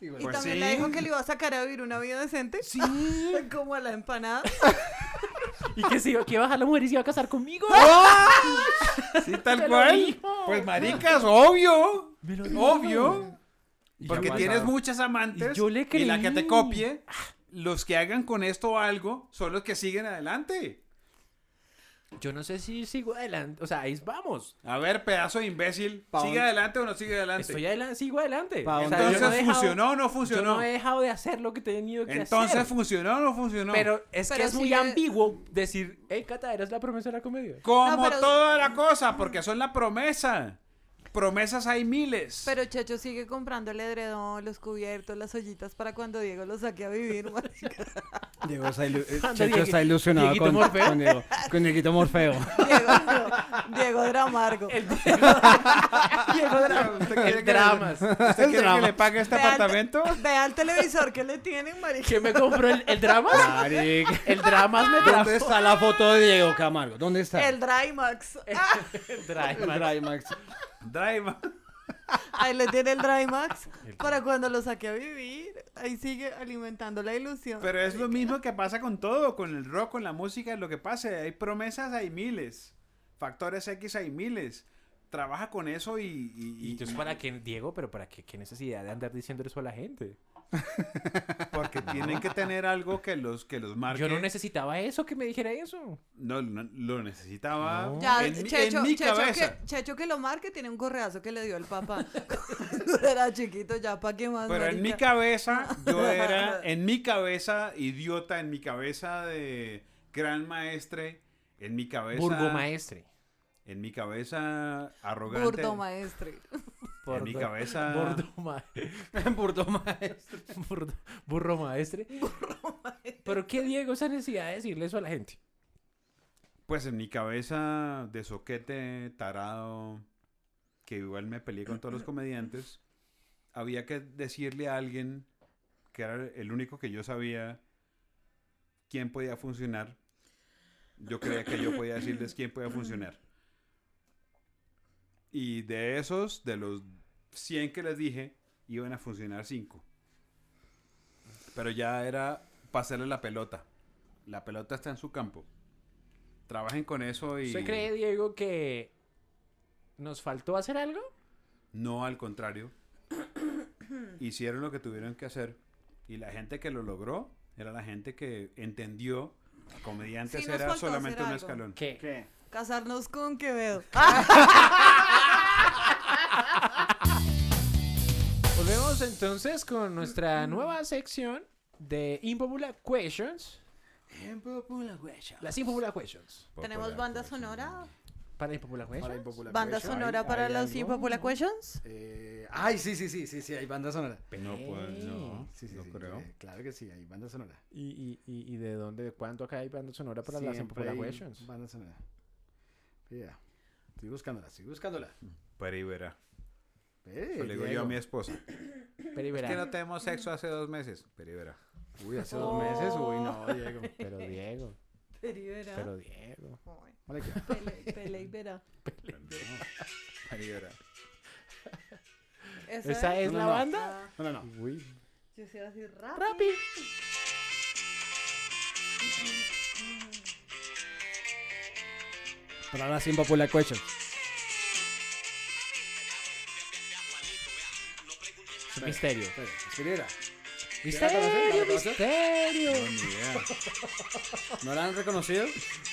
C: Y
E: Pues
C: también
E: sí.
C: le dijo que le iba a sacar a vivir una vida decente. Sí. Como a la empanada.
E: Y que se iba, que iba a dejar la mujer y se iba a casar conmigo.
B: Sí, tal
E: Te ¡Ah! lo
B: cual.
E: dijo.
B: Pues maricas, obvio.
E: Me lo dijo.
B: Obvio.
E: Y yo,
B: Porque
E: "Guau".
B: tienes muchas amantes.
E: Y yo le
B: Y la que te
E: creí.
B: copie, los que hagan con esto algo son los que siguen adelante.
E: Yo no sé si sigo adelante. O sea, ahí vamos.
B: A ver, pedazo de imbécil.
D: Pa'
B: ¿Sigue
D: dónde-
B: adelante o no sigue adelante?
E: Estoy adelante, sigo adelante.
D: Pa'
E: O sea, yo
B: Entonces,
E: no he dejado-
B: ¿funcionó o no funcionó?
E: Yo no he dejado de hacer lo que he tenido que
B: Entonces,
E: hacer.
B: ¿funcionó o no funcionó?
E: Pero es
C: Pero
E: que es muy
C: sigue-
E: ambiguo decir, hey, Cata, eres la promesa de la comedia.
B: Como
C: No, pero-
B: toda la cosa, porque son la promesa. Promesas hay miles.
C: Pero Checho sigue comprando el edredón, los cubiertos, las ollitas para cuando Diego lo saque a vivir. marica.
D: Diego está, ilu- eh,
E: Anda,
D: Checho
E: Diegue-
D: está ilusionado
E: Dieguito
D: con,
E: Morfeo.
D: con Diego, con Dieguito Morfeo.
C: Diego, Diego Dramargo.
E: El Diego, Diego Dramas.
B: ¿Usted quiere
E: El
B: que-
E: dramas.
B: ¿Usted quiere que le pague este
C: Ve al-
B: apartamento?
C: Ve al televisor que le tienen, marica.
E: ¿Qué me compró el, el dramas?
D: Marica.
E: El dramas me trajo.
D: ¿Dónde está la foto de Diego Camargo? ¿Dónde está?
C: El Drymax. Ah,
E: El
D: El
E: dramas.
D: Drymax.
B: Drive.
C: ahí le tiene el Drymax para cuando lo saque a vivir. Ahí sigue alimentando la ilusión.
B: Pero es lo mismo que pasa con todo, con el rock, con la música, lo que pase. Hay promesas, hay miles. Factores X hay miles. Trabaja con eso y... y-
E: Y
B: y-
E: entonces, ¿para qué, Diego? ¿Pero para qué, qué necesidad de andar diciendo eso a la gente?
B: porque tienen que tener algo que los, que los marque.
E: Yo no necesitaba eso, que me dijera eso.
B: No, no, lo necesitaba
C: Ya,
B: en, mi-
C: Checho,
B: en mi
C: Checho
B: cabeza.
C: que, Checho que lo marque tiene un correazo que le dio el papá. Cuando era chiquito, ya, ¿pa' qué más?
B: Pero en mi
C: marica?
B: cabeza, yo era, en mi cabeza, idiota, en mi cabeza de gran maestre, en mi cabeza...
E: Burgomaestre.
B: En mi cabeza, arrogante.
C: Burdo maestre.
B: En mi
E: Bordo-
B: cabeza...
E: Bordo ma-
D: Burdo maestro.
E: burdo- burro maestre. ¿Pero qué, Diego? Esa necesidad de decirle eso a la gente.
B: Pues en mi cabeza de soquete, tarado, que igual me peleé con todos los comediantes, había que decirle a alguien, que era el único que yo sabía quién podía funcionar. Yo creía que yo podía decirles quién podía funcionar. Y de esos, de los 100 que les dije, iban a funcionar 5. Pero ya era pasarle la pelota. La pelota está en su campo. Trabajen con eso y...
E: ¿Usted cree, Diego, que nos faltó hacer algo?
B: No, al contrario. Hicieron lo que tuvieron que hacer. Y la gente que lo logró era la gente que entendió. que Comediantes
C: Sí, nos
B: era
C: faltó
B: solamente
C: hacer
B: un
C: algo.
B: escalón.
E: ¿Qué?
D: ¿Qué?
C: Casarnos con Quevedo.
E: Volvemos entonces con nuestra nueva sección de Impopular Questions. Las Impopular Questions.
C: ¿Tenemos banda sonora?
E: Para Impopular
D: Para
E: Questions.
D: Impopular
C: ¿Banda
D: Question.
C: sonora
D: ¿Hay-
C: para
D: hay
C: los
D: algo?
C: Impopular Questions?
D: Eh, ay, sí, sí, sí, sí, sí, hay banda sonora.
B: No, pues, no.
D: Sí, sí,
B: no
D: sí,
B: creo.
D: eh, Claro que sí, hay banda sonora.
E: ¿Y, y, y, y de dónde, de cuánto acá hay banda sonora para las
D: Siempre
E: Impopular
D: hay
E: Questions?
D: Banda sonora. Ya. Estoy buscándola, estoy buscándola.
B: Pero y verá.
D: Eh,
B: Eso le digo yo a
D: Diego.
B: mi esposa.
E: Pero, y
B: Es
E: verá.
B: que no tenemos sexo hace dos meses. Pero y verá.
D: Uy, hace dos meses, uy, no, Diego.
E: pero Diego,
C: Peribera.
E: pero Diego.
C: Ay,
D: Vale, que-
C: Pele, Pele y Vera.
B: Pero y verá.
C: Esa,
E: ¿Esa es
D: No,
E: la
D: no, no.
E: banda?
D: No, no, no.
E: Uy.
C: Yo soy así rápido.
E: Rapi.
D: Para las Impopular Questions.
E: Misterio.
D: Espera, escribirá.
E: Misterio, misterio.
B: No, ni idea.
D: ¿No la han reconocido?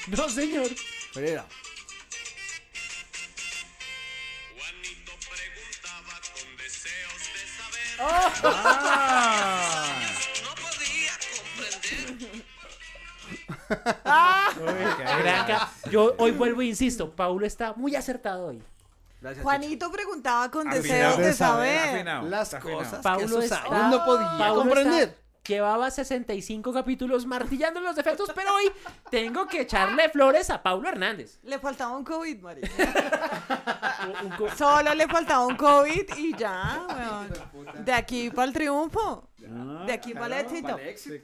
E: No, señor.
D: Pereira.
C: Ah. Ah.
E: Gran ca- Yo hoy vuelvo e insisto, Paulo está muy acertado hoy.
D: Gracias.
C: Juanito preguntaba con
B: Afinado,
C: deseos de saber.
B: afinado,
D: Las
B: está afinado.
D: cosas que
E: Paulo
D: su
E: está-
D: salud no podía
E: Paulo
D: comprender.
E: está- llevaba 65 capítulos martillando los defectos, pero hoy tengo que echarle flores a Paulo Hernández.
C: Le faltaba un COVID, María.
E: Un- un co-
C: Solo le faltaba un COVID y ya, weón. De aquí para el triunfo. De aquí para el éxito.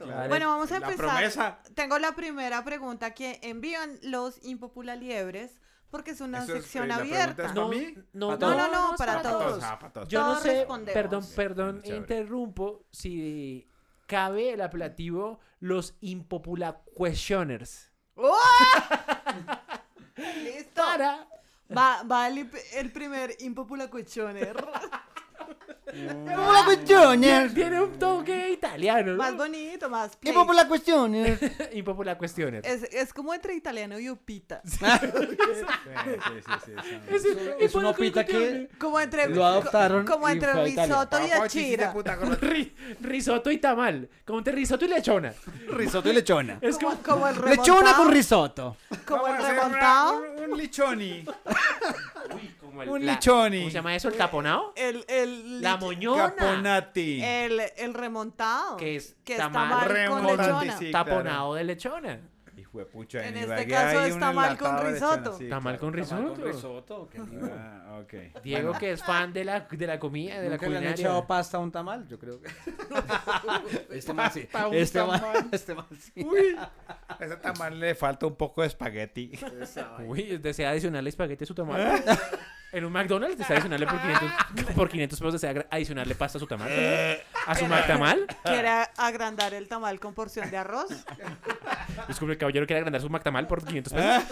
E: Vale.
C: Bueno, vamos a
B: La
C: empezar.
B: promesa.
C: Tengo la primera pregunta que envían los impopular liebres porque es una
B: Eso es,
C: sección
B: eh, la pregunta
C: abierta.
B: es para mí.
E: No, no,
B: ¿Para
E: no,
B: todos?
E: no,
C: no, es para
E: para todos.
C: todos.
B: Ah, para todos.
E: Yo no
C: Todos
E: sé,
C: respondemos.
E: perdón, perdón,
B: chévere.
E: interrumpo si cabe el apelativo los impopular questioners.
C: Listo.
E: Para
C: Va, va el, imp- el primer impopular cuestioner.
D: Impopular cuestiones.
E: tiene un toque italiano.
C: más
E: ¿no?
C: bonito, más play.
D: Impopular cuestiones.
E: Impopular questioners.
C: Es, es como entre italiano y upita.
B: Sí, sí, sí, sí, sí.
E: Es,
D: Es una pita que
C: Como entre,
D: Lo adoptaron
C: como
D: y
C: entre
D: fue a Italia.
C: risotto y
B: Papá, chiste de
C: achira.
B: puta con los-
E: risotto y tamal, como entre risotto y lechona.
D: risotto y lechona.
E: Es como
C: Como, como el remontado.
D: Lechona con risotto.
C: Como el
B: Vamos a hacer una-
C: remontado.
B: Un, un lichoni.
E: como el-
B: Un
E: la-
B: lichoni.
E: ¿Cómo se llama eso? ¿El taponado?
C: El, el,
E: La
C: lich-
E: moñona.
B: Caponati.
C: el, el remontado.
E: Que es
C: que está
E: tamal
C: mal con
B: Remontante,
C: lechona.
B: sí, claro.
E: taponado de lechona.
B: Hijo de pucha,
C: En
B: mi
C: este
B: bagué
C: caso
B: hay
C: es
B: un
C: tamal con
B: enlatado de
C: risotto.
B: lechona, sí,
E: Tamal con risotto.
B: claro. Ah, ok.
E: Diego que es fan de la, de la comida, de la
D: Nunca le han
E: culinaria.
D: echado pasta a un tamal, yo creo que. este más sí.
B: Pasta a un
D: Este más,
B: tamal.
D: este más sí.
B: A ese tamal le falta un poco de espagueti.
E: Uy, desea adicionarle espagueti a su tamal. En un McDonald's desea adicionarle por 500, por 500 pesos, desea adicionarle pasta a su tamal. ¿A su McTamal?
C: Quiere agrandar el tamal con porción de arroz.
E: Disculpe, el caballero quiere agrandar su McTamal por 500 pesos.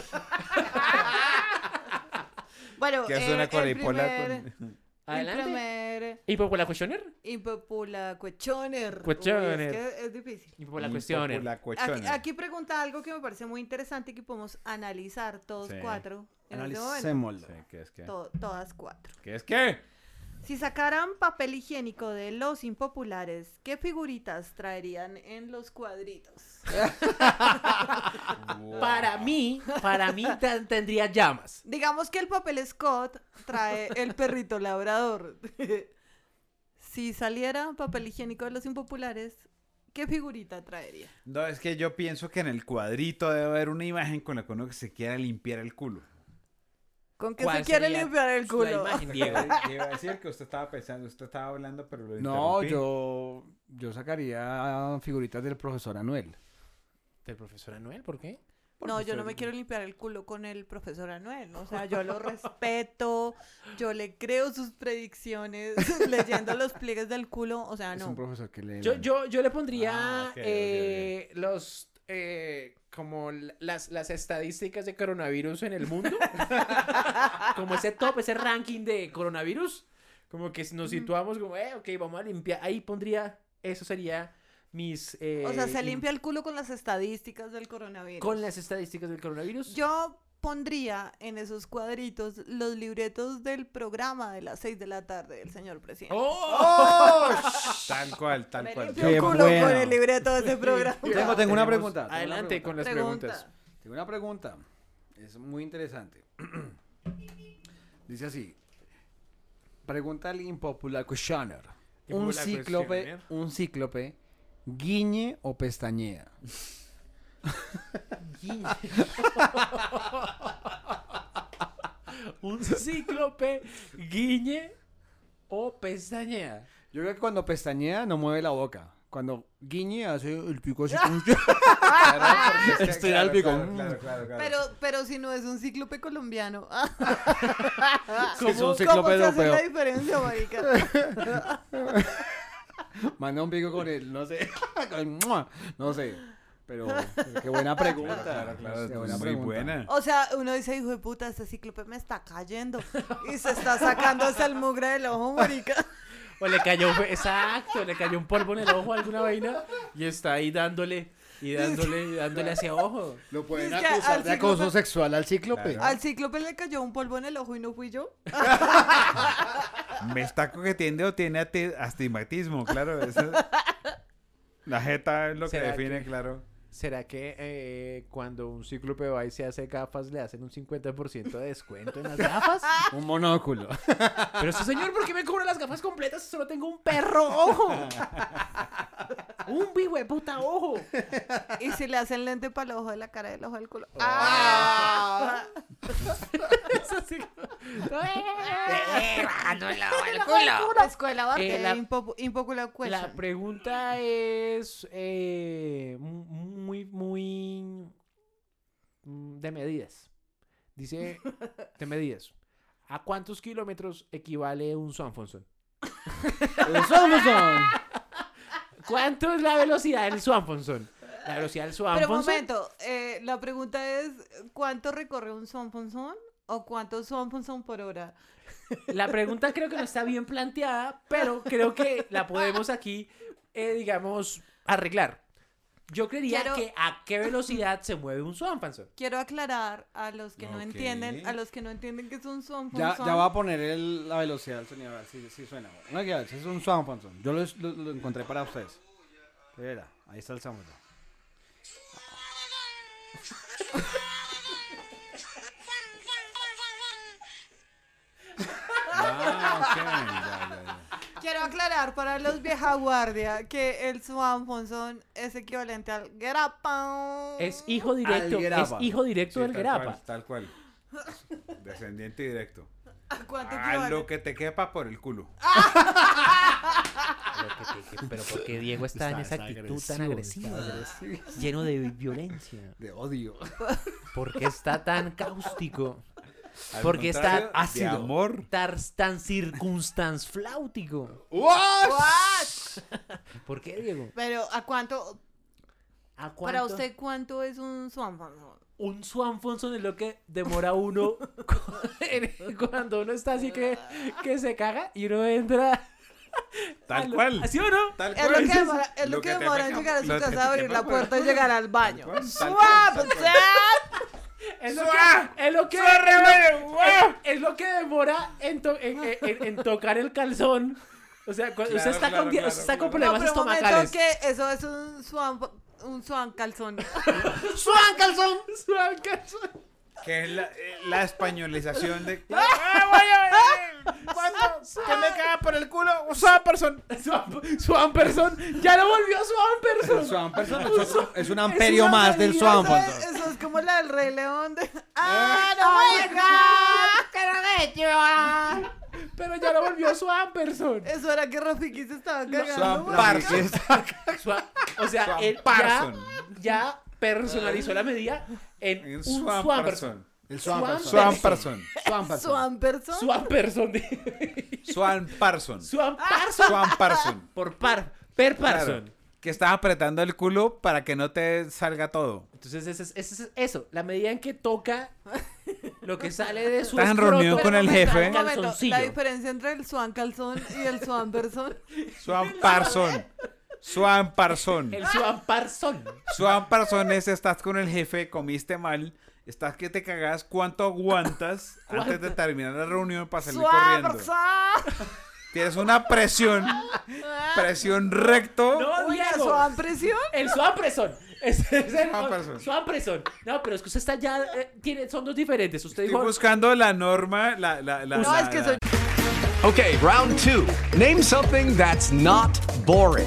C: Bueno,
B: ¿Qué hace
C: eh,
B: una
C: el
B: coripola
C: primer,
B: con-
C: el
E: Adelante.
C: primer
E: ¿Y por la cuestionar?
C: impopula cuestioner. Uy,
E: Cuestioner.
C: es que es difícil.
E: Y por la eh.
B: Y
E: cuestionar.
B: La cuestión.
C: Aquí, aquí pregunta algo que me parece muy interesante y que podemos analizar todos
B: Sí.
C: cuatro. En este momento.
D: Analicémoslo.
B: Sí, ¿qué es qué?
C: To- todas cuatro.
B: ¿Qué es qué?
C: Si sacaran papel higiénico de los impopulares, ¿qué figuritas traerían en los cuadritos? Ah.
E: Para mí, para mí tan- tendría llamas.
C: Digamos que el papel Scott trae el perrito labrador. si saliera papel higiénico de los impopulares, ¿qué figurita traería?
B: No, es que yo pienso que en el cuadrito debe haber una imagen con la que uno que se quiera limpiar el culo.
C: ¿Con qué se
E: ¿Cuál
C: quiere
E: sería
C: limpiar el
E: La
C: culo?
E: imagen, Diego.
B: Yo iba a decir que usted estaba pensando, usted estaba hablando, pero lo
D: No,
B: interrumpí.
D: yo, yo sacaría figuritas del profesor Anuel.
E: ¿Del profesor Anuel? ¿Por qué?
C: No, yo no me quiero limpiar el culo con el profesor Anuel. O sea, yo lo respeto, yo le creo sus predicciones, leyendo los pliegues del culo. O sea,
D: Es un
C: no.
D: profesor que le.
E: Ah, Yo, yo, yo le pondría
B: Ah, ok, ok,
E: eh, los eh, como l- las, las estadísticas de coronavirus en el mundo. como ese top, ese ranking de coronavirus. Como que nos situamos como, eh, ok, vamos a limpiar. Ahí pondría, eso sería mis... eh,
C: O sea, se
E: im-
C: limpia el culo con las estadísticas del coronavirus.
E: Con las estadísticas del coronavirus.
C: Yo pondría en esos cuadritos los libretos del programa de las 6 de la tarde del señor presidente.
E: ¡Oh!
B: Tal cual,
C: Me
B: tal cual.
C: limpio el
D: Qué
C: culo
D: bueno.
C: con el libreto de ese programa.
D: Tengo, tengo una
E: Tenemos-
D: pregunta. tengo una
E: Adelante
D: pregunta.
E: con las
C: Pregunta.
E: preguntas.
D: Tengo una pregunta. Es muy interesante. Dice así. Pregunta al impopular questioner. Un
E: Impopular
D: cíclope,
E: questioner.
D: un cíclope, guiñe o pestañea.
E: Un cíclope, guiñe o pestañea.
D: Yo creo que cuando pestañea no mueve la boca. Cuando guiñe hace el pico así. como- Estoy al pico.
C: Pero, pero si no es un cíclope colombiano.
D: Si es un
C: ¿Cómo,
D: cíclope
C: cómo se hace
D: europeo.
C: la diferencia, marica?
D: Manda un pico con el, no sé. con el ¡mua! no sé. Pero pero qué buena pregunta.
B: Claro, claro,
D: Qué
B: es
D: buena
B: muy
D: pregunta.
B: buena.
C: O sea, uno dice, hijo de puta, este cíclope me está cayendo. Y se está sacando hasta el mugre del ojo, marica.
E: O Pues le cayó, fue- exacto, le cayó un polvo en el ojo a alguna vaina y está ahí dándole y dándole y dándole hacia ojo.
D: Lo pueden
C: Dice que
D: acusar
C: al
D: de acoso
C: cíclope-
D: sexual al cíclope.
B: Claro.
C: Al cíclope le cayó un polvo en el ojo y no fui yo.
B: ¿Me está coqueteando o tiene ati- astigmatismo? Claro, eso- La jeta es lo que
E: ¿Será
B: define,
E: que-
B: claro.
E: ¿Será que eh, cuando un cíclope va y se hace gafas le hacen un 50% de descuento en las gafas?
D: Un monóculo.
E: Pero sí, señor, ¿por qué me cobra las gafas completas si solo tengo un perro ojo? Un hijo de puta ojo.
C: Y si le hacen lente para el ojo de la cara del ojo del culo. ¡Ah!
E: Eso sí.
C: Escuela Bartel,
E: Eh, la-
C: impopu- impopular
E: La
C: question.
E: pregunta es eh, mu- muy, muy mm, de medidas. Dice, te medides. ¿A cuántos kilómetros equivale un Swanfonson?
D: ¡Un Swanfonson!
E: ¿Cuánto es la velocidad del Swanfonson? La velocidad del
C: Pero un
E: Swanfonson.
C: momento, eh, la pregunta es, ¿cuánto recorre un Swanfonson? ¿O cuánto Swanfonson por hora?
E: La pregunta creo que no está bien planteada, pero creo que la podemos aquí, eh, digamos, arreglar. Yo creería
C: Quiero-
E: que a qué velocidad se mueve un Swanfonson.
C: Quiero aclarar a los que no
B: Ok.
C: entienden, a los que no entienden que es un Swanfonson.
D: Ya, ya va a poner el- la velocidad del sonido, a ver si, si suena. No, que a ver, si es un Swanfonson. Yo lo, lo- lo encontré para ustedes. Mira, ahí está el Samuel.
B: Ah, ok. Ya, ya, ya.
C: Quiero aclarar para los vieja guardia que el Swanfonson es equivalente al grapa.
E: Es hijo directo,
D: Al
E: es
D: Grapa.
E: hijo directo
B: Sí,
E: del
B: tal
E: grapa.
B: cual, tal cual. Descendiente directo.
C: ¿A cuánto
B: A
D: Ah,
C: equivale?
B: lo que te quepa por el culo.
E: Pero porque Diego está, en esa actitud tan agresiva, lleno de violencia.
D: De odio.
E: Porque está tan cáustico,
B: Al
E: Porque está
B: contrario, de
E: ácido.
B: amor.
E: tan, tan circunstansfláutico. ¿Por qué, Diego?
C: Pero ¿a cuánto?
E: ¿A cuánto?
C: Para usted, ¿cuánto es un Swanfonson?
E: un Swanfonson es lo que demora uno cu- cuando uno está así que, que se caga y uno entra.
B: Tal
E: a lo-
B: cual.
E: ¿Así o no?
B: Tal
C: Es lo que
B: cual.
C: demora, es lo
B: Lo
C: que
B: que te
C: demora en
B: pega-
C: llegar a su
B: lo que
C: casa,
B: te
C: abrir la
B: pega por el
C: puerta y
B: culo.
C: llegar al baño.
B: cual, tal cual, tal
C: ¡Swanfonson!
E: Es lo que, es lo que, es lo-
C: Ah.
E: es- es lo que demora en, to- en- en- en- en tocar el calzón. O sea, cuando usted
B: Claro,
E: está,
B: claro,
E: con, di-
B: claro,
E: usted está con
B: claro.
E: problemas
C: no, pero un
E: estomacales.
C: momento que eso es un swan, un swan calzón.
E: ¡Suan calzón! ¡Suan calzón!
B: Que es la, eh, la españolización de.
E: Ah,
C: Ah.
E: ¡Que me caga por el culo! ¡Suan person! ¡Suan person! ¡Ya lo volvió Suan person!
D: Swanfonson es, un- es un
E: una
D: amperio más del
E: realidad,
C: eso, es,
D: Swanfonson.
C: eso es como la del Rey León de...
B: Eh,
C: ¡Ah, no voy a dejar!
E: Pero ya lo volvió Suan person.
C: Eso era que Rafiki se estaba cagando.
B: Swan
C: güey.
B: Parson.
E: Swan- o sea,
B: Swan
E: él ya,
B: Parson.
E: ya personalizó la medida en
B: En
E: un
B: Swan
E: Swan,
B: Parson.
E: person.
D: El
E: Swan
D: Swanfonson.
B: Swan
E: Parson.
B: Parson.
D: Swanfonson.
C: Swan person.
E: Swan person.
B: Swan Parson.
E: Swan
C: Ah.
E: person.
B: Swan Parson.
E: Por par. Per person.
B: Claro, que estás apretando el culo para que no te salga todo.
E: Entonces, ese es, ese es eso. La medida en que toca lo que sale de su
B: Estás en reunión
E: escroto
B: con el
E: es
B: jefe.
C: Un momento,
E: calzoncillo.
C: la diferencia entre el swan calzón y el swan person.
B: Swan Parson. Swan Parson.
E: El Swan Parson.
B: Swan Parson es estás con el jefe, comiste mal, estás que te cagas, ¿cuánto aguantas antes de terminar la reunión para salir
C: Swan
B: corriendo?
C: person.
B: Tienes una presión, presión recto.
E: No,
C: Oiga,
E: Diego.
C: swan presión.
B: Eh,
E: El Swan Person. Es, es el
B: Swan Person.
E: Swan Person. No, pero es que usted está ya. eh, tiene, son dos diferentes. Usted
B: Estoy
E: dijo.
B: buscando la norma, la, la, la-
C: No,
B: la-
C: es que
B: la-
C: soy...
I: Okay, round two. Name something that's not boring.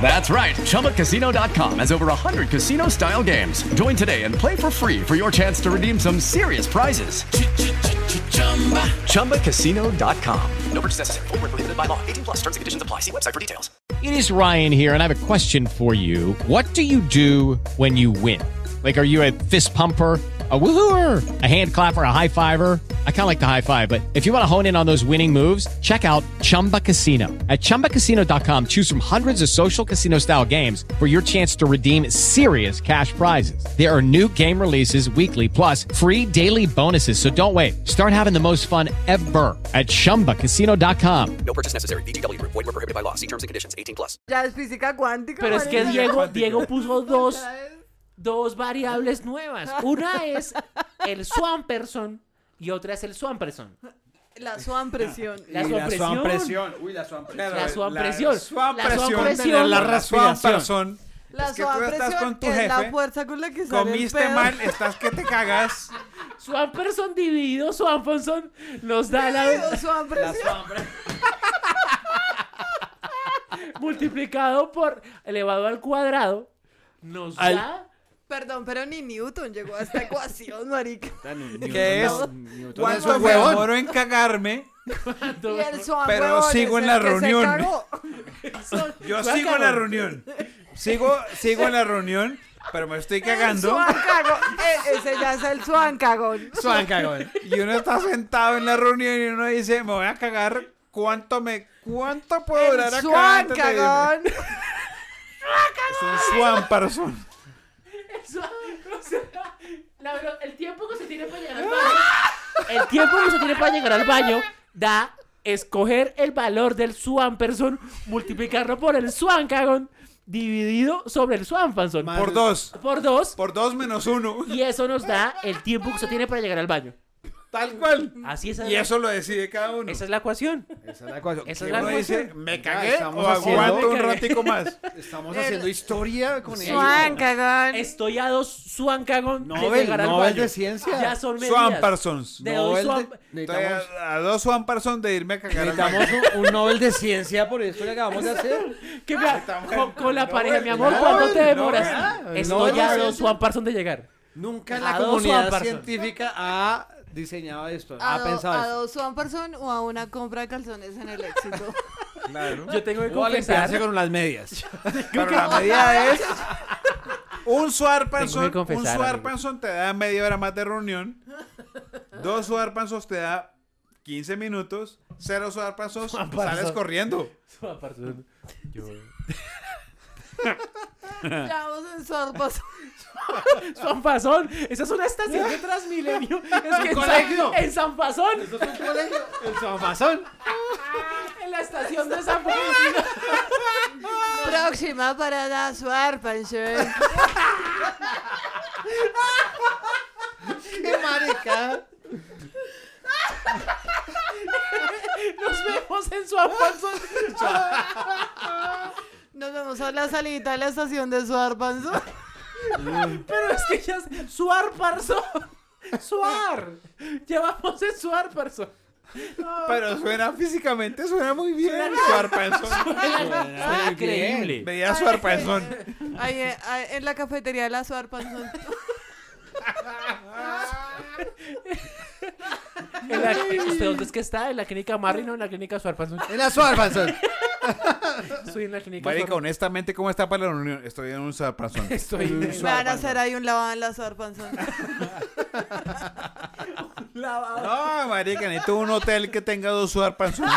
I: That's right. ChumbaCasino.com has over 100 casino-style games. Join today and play for free for your chance to redeem some serious prizes. ChumbaCasino.com. No purchase necessary. Void where prohibited by law. 18 plus. Terms and conditions apply. See website for details.
J: It is Ryan here, and I have a question for you. What do you do when you win? Like, are you a fist pumper? A woohooer, a hand clapper, a high fiver. I kind of like the high five, but if you want to hone in on those winning moves, check out Chumba Casino. At chumbacasino.com, choose from hundreds of social casino style games for your chance to redeem serious cash prizes. There are new game releases weekly, plus free daily bonuses. So don't wait. Start having the most fun ever at chumbacasino.com.
I: No purchase necessary. BGW. Void were prohibited by law. See terms and conditions. 18 plus.
C: Ya es física cuántica.
E: Pero es que
C: marica.
E: Diego, Diego puso dos, dos variables nuevas. Una es el Swan Person y otra es el Swan Person.
C: La swan presión.
E: La
D: Y
E: Swan
D: la
E: Presión.
D: Swanpresión. Uy, la Swanpresión.
B: Claro,
E: la Swan presión.
B: Swan
E: La Swan
B: presión.
E: presión.
B: La Swan
D: respiración.
B: Parson.
C: La
B: es que
C: swan
B: tú estás
C: presión
B: con tu
C: es la
B: jefe,
C: fuerza con la que sale el
B: comiste
C: pedo.
B: mal, estás que te cagas.
E: Swan Person dividido Swan Person nos da la
C: Swan presión.
E: multiplicado por elevado al cuadrado. Nos
B: Al-
E: da
C: Perdón, pero ni Newton llegó a esta ecuación, marica.
B: ¿Qué es?
C: Newton.
B: ¿Cuánto
C: Newton.
B: me demoro en cagarme?
C: Y el Swan,
B: Pero
C: huevón,
B: sigo
C: es
B: en la
C: el que se
B: reunión.
C: cagó.
B: Yo sigo en la reunión. Sigo, sigo en la reunión, pero me estoy cagando.
C: Swan cagó. E- ese ya es el Swan cagón.
B: Y uno está sentado en la reunión y uno dice, me voy a cagar. ¿Cuánto me, cuánto puedo
C: El
B: durar acá?
C: Swan
B: antes de irme?"
C: cagón.
B: Es un Swan Parson.
E: Eso, o sea, la velo- el tiempo que se tiene para llegar al baño. El tiempo que se tiene para llegar al baño da escoger el valor del Swan Person, multiplicarlo por el Swan Cagón, dividido sobre el Swan Person.
B: Por dos.
E: Por dos.
B: Por dos menos uno.
E: Y eso nos da el tiempo que se tiene para llegar al baño.
B: Tal cual.
E: Así es.
B: Y eso lo decide cada uno.
E: Esa es la ecuación.
D: Esa es la ecuación.
E: Esa
B: Que
E: es la
B: uno
E: ecuación.
B: dice, me
D: Venga,
B: cagué
D: estamos
B: o
D: haciendo-
B: aguanto un
D: Me cagué.
B: ratico más.
D: Estamos
E: El-
D: haciendo historia con ellos.
C: Swan cagón.
E: Estoy a dos Swan Cagón de
D: Nobel,
E: llegar al
D: Nobel
E: baño.
D: de ciencia.
E: Ya son medidas.
B: Swan Parsons.
E: De hoy
D: Nobel de-
E: Swan-
B: Estoy
D: Necesitamos,
B: a, a dos Swan Parsons de irme a cagar al baño.
D: necesitamos un, un Nobel de ciencia por esto que acabamos de hacer.
E: ¿Qué me- con, con la pareja, mi amor,
D: no,
E: ¿cuánto te
D: no,
E: demoras?
D: no,
E: Estoy
D: no,
E: a
D: no.
E: dos Swan Parson de llegar.
D: Nunca
E: A
D: la
E: dos Juan
D: comunidad
E: Parsons.
D: científica ha diseñado esto,
C: A,
D: ha
E: Ah,
C: do-
D: pensado
C: a
D: esto.
C: dos Swan Person o a una compra de calzones en el éxito.
B: Claro.
E: Yo tengo que
D: O a limpiarse
E: confesar.
D: con las medias.
B: Pero la medida es un suar
E: Tengo
B: panzón,
E: que confesar,
B: un suar
E: amigo.
B: panzón te da media hora más de reunión. Dos suar panzos te da 15 minutos. Cero suar panzos
E: Suar
B: sales
E: panzón.
B: corriendo.
E: Swan Parson. Yo-
C: Llevamos en sorbos.
E: Swan Parson, esa es una estación de Transmilenio. Es que en San, en San Pasón,
D: El somazón.
E: en la estación de San Pasón.
C: Próxima parada Swan Person.
D: ¡Qué marica!
E: Nos vemos en Swan Parson.
C: Nos vemos a la salida de la estación de Swan Person.
E: Pero es que ya es Suar Parson. Suar. Ya vamos en Suar Parson.
B: Pero suena físicamente, suena muy bien. Suar panzón.
D: Ah,
E: Suena increíble.
B: Medida suar panzón.
C: Ahí, eh, ahí en la cafetería de la Swan Person.
E: En la- ¿Usted dónde es que está? ¿En la clínica Marri, no? ¿En la clínica Suar Parson?
D: En la suave, panzón.
E: Estoy en la clínica
B: Marica,
E: Suar
B: honestamente, ¿cómo está para la reunión? Estoy en un suar panzón.
E: Estoy
C: Me van a hacer ahí un lavado en la Swan Person.
E: Lavado.
B: No, marica, necesito un hotel que tenga dos suar panzones.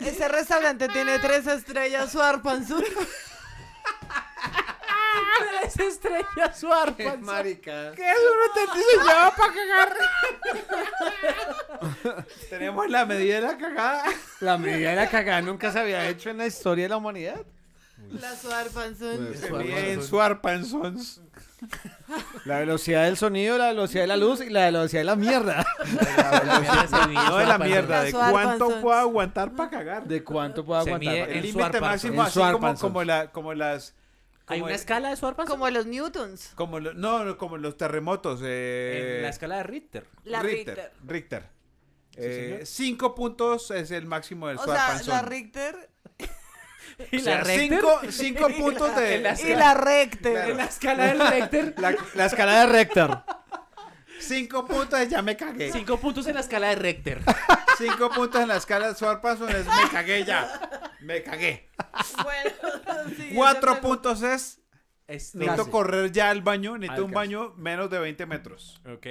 C: Ese restaurante tiene tres estrellas Swan Person.
E: Tres estrellas Suar
D: ¡Qué
E: Parson.
D: marica!
B: Tenemos la medida de la cagada.
D: La medida de la cagada nunca se había hecho en la historia de la humanidad.
C: La Swan Person.
B: Se mide en suar panzones.
D: La velocidad del sonido, la velocidad de la luz y la velocidad de la mierda.
B: No de Ah, la mierda,
C: La
B: de
C: suar
B: cuánto
C: panzón.
B: puedo aguantar para cagar.
D: ¿De cuánto puede
E: Se
D: aguantar?
E: mide
B: El
E: El
B: límite
E: suar
B: máximo,
D: panzón.
B: así
D: El suar
B: como,
D: panzón.
B: como, la, como las.
E: ¿Hay
B: como
E: una
B: el-
E: escala de Suar Parson?
C: Como los Newtons.
B: Como lo- no, no, como los terremotos. Eh,
E: En la escala de Richter.
C: La Richter.
B: Richter. Richter. Eh, cinco puntos es el máximo del
C: O
B: suar
C: sea,
B: panzón.
C: la Richter
E: ¿Y
B: O sea,
E: Richter?
B: cinco, cinco puntos de.
E: En la
C: y la Recter.
E: En la escala del Richter.
D: La, la escala de Rector.
B: Cinco puntos es ya me cagué.
E: Cinco puntos en la escala de Richter.
B: Cinco puntos en la escala de suar panzón es me cagué ya. Me cagué.
C: Bueno, siguiente
B: Cuatro
C: pregunta.
B: puntos es
E: Este-
B: necesito correr ya al baño. Necesito un
E: Alcanza.
B: baño menos de 20 metros.
E: Ok.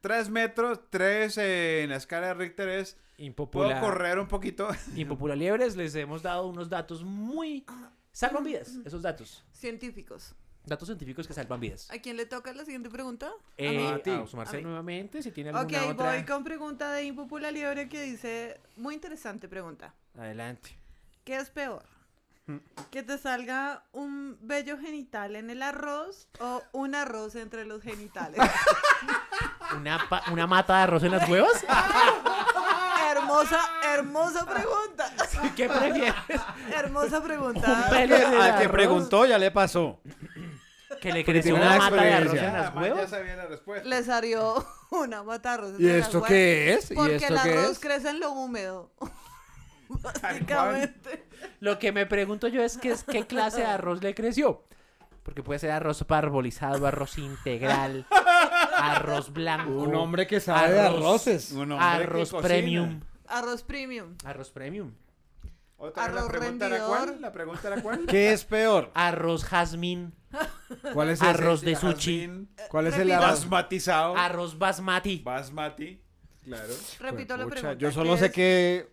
B: Tres metros, tres eh, en la escala de Richter es. Puedo
E: Impopular.
B: correr un poquito.
E: Impopular Liebres, les hemos dado unos datos muy... Salvan vidas, esos datos.
C: Científicos.
E: Datos científicos que salvan vidas.
C: ¿A quién le toca la siguiente pregunta?
E: Eh,
D: a ti.
B: Ah,
E: a Osmar Cel
C: A mí.
E: nuevamente, si tiene
C: Ok,
E: alguna otra.
C: voy con pregunta de Impopula Liebre que dice, muy interesante pregunta.
E: Adelante.
C: ¿Qué es peor?
D: Hmm.
C: ¿Que te salga un vello genital en el arroz o un arroz entre los genitales?
E: ¿Una, pa- una mata de arroz en las huevas?
C: hermosa, hermosa pregunta.
E: ¿Qué prefieres?
C: hermosa
E: ¿Un
C: pregunta.
E: pelo en el
D: Al que
E: arroz?
D: preguntó ya le pasó.
E: ¿Que le creció
D: tiene
E: una
D: una
E: mata de arroz en
D: experiencia.
E: las
B: Además, ya
E: huevas?
B: sabía la respuesta.
C: Les salió una mata de arroz.
D: ¿Y
C: entre las
D: esto
C: huevas,
D: qué es? ¿Y
C: Porque
D: esto
C: el
D: qué
C: arroz
D: es?
C: crece en lo húmedo. básicamente.
E: Lo que me pregunto yo es, que es qué clase de arroz le creció. Porque puede ser arroz parbolizado, arroz integral, arroz blanco.
D: Un hombre que sabe de arroces. Uh, Un hombre que
E: arroz
D: cocina.
E: premium.
C: Arroz premium.
E: Arroz premium.
B: Otra vez la
C: Arroz
B: pregunta era
C: rendidor.
B: cuál, la pregunta era cuál.
D: ¿Qué es peor?
E: Arroz jazmín.
D: ¿Cuál es ese?
E: arroz de
B: Jazmín.
E: sushi.
D: ¿Cuál es el
C: Repito.
D: arroz?
B: Basmatizado.
E: Arroz basmati.
B: Basmati. Claro.
C: Repito la
D: Pues, Pucha,
C: pregunta.
D: yo solo
C: ¿qué
D: sé
C: es?
D: que.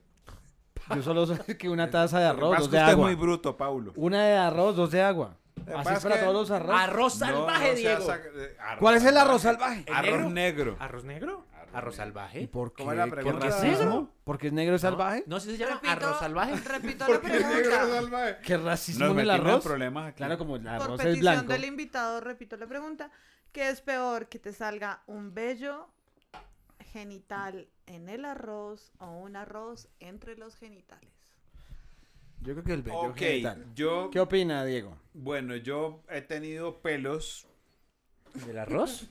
D: Yo solo sé que una taza de
B: Lo que
D: arroz,
B: pasa
D: dos
B: es que
D: de
B: usted es
D: agua.
B: muy bruto, Paulo.
D: Una de arroz, dos de agua. Así
B: que pasa
D: es para
B: es que-
D: todos los arroz.
E: Arroz salvaje,
B: sea
E: Diego.
B: sac- eh, arroz
D: ¿Cuál es el
B: salvaje.
D: arroz salvaje?
E: ¿El
B: Arroz negro.
E: ¿Arroz negro? ¿Arroz salvaje?
D: ¿Por qué?
B: ¿Cómo era la
D: ¿Por
B: pregunta?
D: racismo? ¿Porque es negro y salvaje?
E: No sé si se llama
C: Repito-
E: arroz salvaje.
C: Repito la pregunta.
B: salvaje.
D: ¿Qué racismo
B: Nos
D: en el
B: metimos en
D: arroz?
B: problemas aquí.
D: Claro, como el
C: Por
D: arroz es
C: petición
D: blanco.
C: del invitado, repito la pregunta. ¿Qué es peor, que te salga un vello genital en el arroz o un arroz entre los genitales?
D: Yo creo que el bello
B: Ok,
D: genital.
B: yo,
D: ¿Qué opina, Diego?
B: bueno, yo he tenido pelos,
E: ¿Del arroz?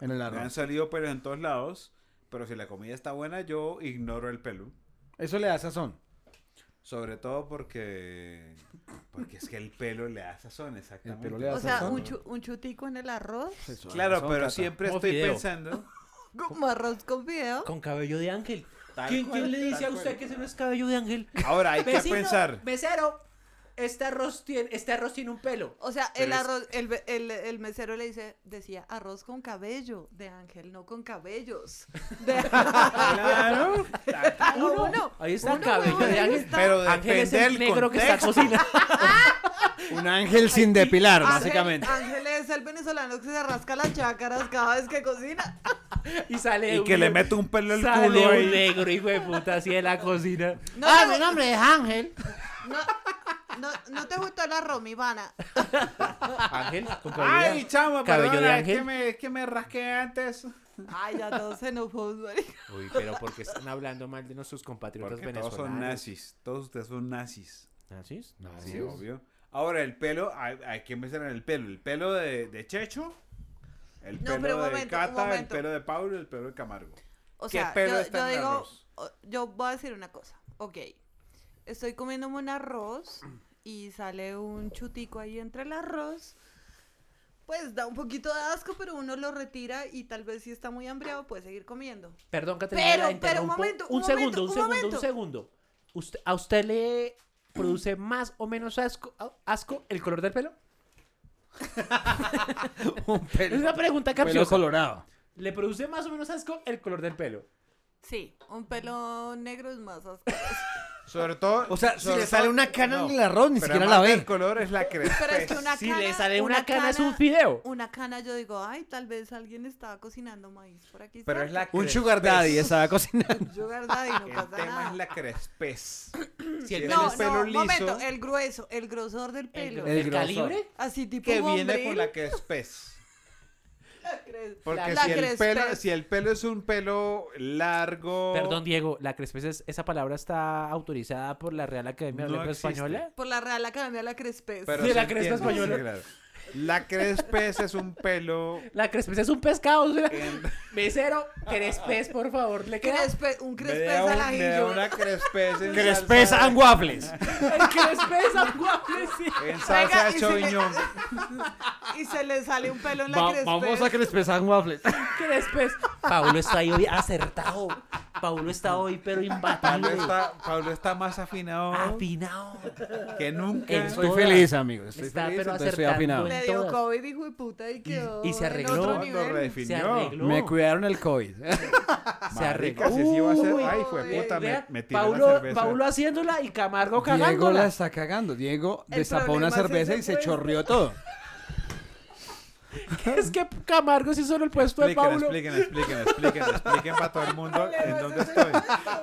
D: En el
B: me han
D: arroz.
B: salido pelos en todos lados, pero si la comida está buena, yo ignoro el pelo.
D: Eso le da sazón.
B: Sobre todo porque, porque es que el pelo le da sazón, exactamente.
D: pelo le da
C: O sea,
D: sazón.
C: un, chu- un chutico en el arroz,
D: Eso da
B: Claro,
D: sazón,
B: pero
D: Cata.
B: siempre
E: Como
B: estoy
E: fideo.
B: pensando.
C: como arroz con video.
E: Con cabello de ángel.
B: Tal
E: ¿Quién,
B: cual,
E: quién le
B: tal
E: dice a
B: cual.
E: usted que ese no es cabello de ángel?
B: Ahora hay que
E: Vecino,
B: pensar.
E: Mesero, este arroz tiene, este arroz tiene un pelo.
C: O sea, el
B: Pero es-
C: arroz, el, ve- el- el mesero le dice, decía arroz con cabello de Ángel, no con cabellos. De...
B: Claro.
C: Uno, uno.
E: Ahí está
C: Uno,
E: cabello
C: huevón,
E: de
C: ahí
E: ángel.
C: está.
B: Pero
E: Ángel es
B: depende
E: el
B: del
E: negro que está
B: contexto.
E: cocinando.
D: Un ángel sin depilar,
C: Ángel-
D: básicamente.
C: Ángel es el venezolano que se rasca las chácaras cada vez que cocina.
E: Y sale
B: Y
E: un
B: que le
E: negro-
B: mete un pelo al
E: sale
B: culo
E: un
B: ahí.
E: negro, hijo de puta, así de la cocina.
C: No,
E: ah,
C: no.
E: mi nombre es Ángel.
C: No, no, no te gustó la romibana.
E: Ángel, con cabello de
B: Ay,
E: ángel.
B: chamo,
E: Cabello de
B: perdona, es que
E: ángel.
B: me, es que me rasqué antes.
C: Ay, ya todos xenófobos, marica.
E: Uy, pero porque están hablando mal de nuestros compatriotas
B: Porque todos
E: venezolanos. ¿Ah,
B: son nazis. Todos ustedes son nazis.
E: ¿Nazis?
B: Sí, obvio. Ahora, el pelo, hay, hay que empezar en el pelo. El pelo de, de Checho, el
C: No,
B: pelo
C: pero un
B: de
C: momento, un
B: Cata, el
C: momento.
B: pelo de Pablo, el pelo de Camargo.
C: O
B: ¿Qué
C: sea,
B: pelo
C: yo,
B: está
C: yo
B: en el
C: digo,
B: arroz?
C: o- yo voy a decir una cosa. Ok, estoy comiéndome un arroz y sale un chutico ahí entre el arroz. Pues da un poquito de asco, pero uno lo retira y tal vez si está muy hambriado puede seguir comiendo.
E: Perdón, Catalina,
C: Pero-
E: la
C: pero un
E: interrumpo.
C: momento,
E: un,
C: un momento,
E: segundo, un
C: un
E: segundo,
C: momento.
E: un segundo. Usted, ¿A usted le produce más o menos asco, a- asco el color del pelo?
D: Un
E: Es
D: pelo,
E: una pregunta
D: pelo
E: capciosa.
D: colorado.
E: ¿Le produce más o menos asco el color del pelo?
C: Sí, un pelo negro es más asqueroso.
B: Sobre todo.
D: O sea, si
B: sobre
D: le sale
B: todo-
D: una cana en el arroz, ni
B: pero
D: siquiera
B: además
D: la ve.
B: El color es la cresta.
C: Pero es que una
E: si
C: cana...
E: le sale una, cana, es un fideo.
C: Una cana, yo digo, ay, tal vez alguien estaba cocinando maíz por aquí.
B: Pero es la
C: cerca".
D: Un
B: crespez.
D: sugar daddy estaba cocinando.
C: Yo, verdad, y no
B: El
C: pasa
B: tema
C: nada.
B: es la crespez.
E: Si el
B: Sí,
E: pelo
C: No,
E: es
B: pelo
C: no,
B: liso.
C: momento, el grueso, el grosor del
E: el,
C: pelo.
D: El
E: el
D: grosor.
E: calibre,
C: Así tipo
B: Que viene
C: bombril.
B: con la crespez.
C: La cre-
B: Porque
C: la
B: si, el pelo,
C: crespez.
B: si el pelo es un pelo largo.
E: perdón Diego, la crespez es- esa palabra está autorizada por la Real Academia de
B: No
E: la Lengua
B: existe.
E: Española.
C: Por la Real Academia la crespez.
B: Pero
E: de
B: se
E: la cresta
B: entiende, sí,
E: española.
B: claro. La crespez es un pelo.
E: La crespez es un pescado. o sea, Mesero, crespez, por favor, le queda
C: Crespe- un
B: Me
C: crespez
B: da, un-
C: al
B: me da
C: ajillo.
B: una crespez en
D: Crespes
B: salsa
D: and waffles.
E: el crespez a guafle, sí.
B: de- En salsa
C: Venga, y
B: de
C: si le-
B: choviñón.
C: Y se le sale un pelo en la
D: Va-
C: crespez.
D: vamos a crespes and waffles.
E: Crespes. Paulo está ahí hoy acertado. Paulo está hoy, pero
B: Pablo
E: imbatible.
B: está, Pablo está más afinado
E: Afinado.
B: que nunca.
E: Ah, En
D: Estoy
E: todas.
D: feliz, amigo. Estoy
E: Está,
D: feliz,
E: pero
D: entonces estoy
E: acertando
D: afinado.
E: en
C: Le dio
E: todas.
C: COVID, hijo de puta, y quedó
E: y se
C: en
E: arregló.
C: otro
B: No, lo
C: nivel.
E: Se
B: redefinió.
E: arregló.
D: Me cuidaron el COVID.
E: Se arregló.
B: Marica, si así iba a ser.
E: Uy,
B: Ay, fue puta, me,
E: vea,
B: me tiré la
E: Paulo,
B: cerveza.
E: Paulo haciéndola y Camargo
D: Diego la
E: cagándola.
D: está cagando. Diego
C: El
D: destapó
C: problema
D: una
C: es
D: cerveza
C: ese
D: y se
C: puesto.
D: chorrió todo.
E: Es que Camargo se hizo en el puesto de
B: Expliquen,
E: Paulo.
B: expliquen, expliquen, expliquen, expliquen para todo el mundo en dónde estoy.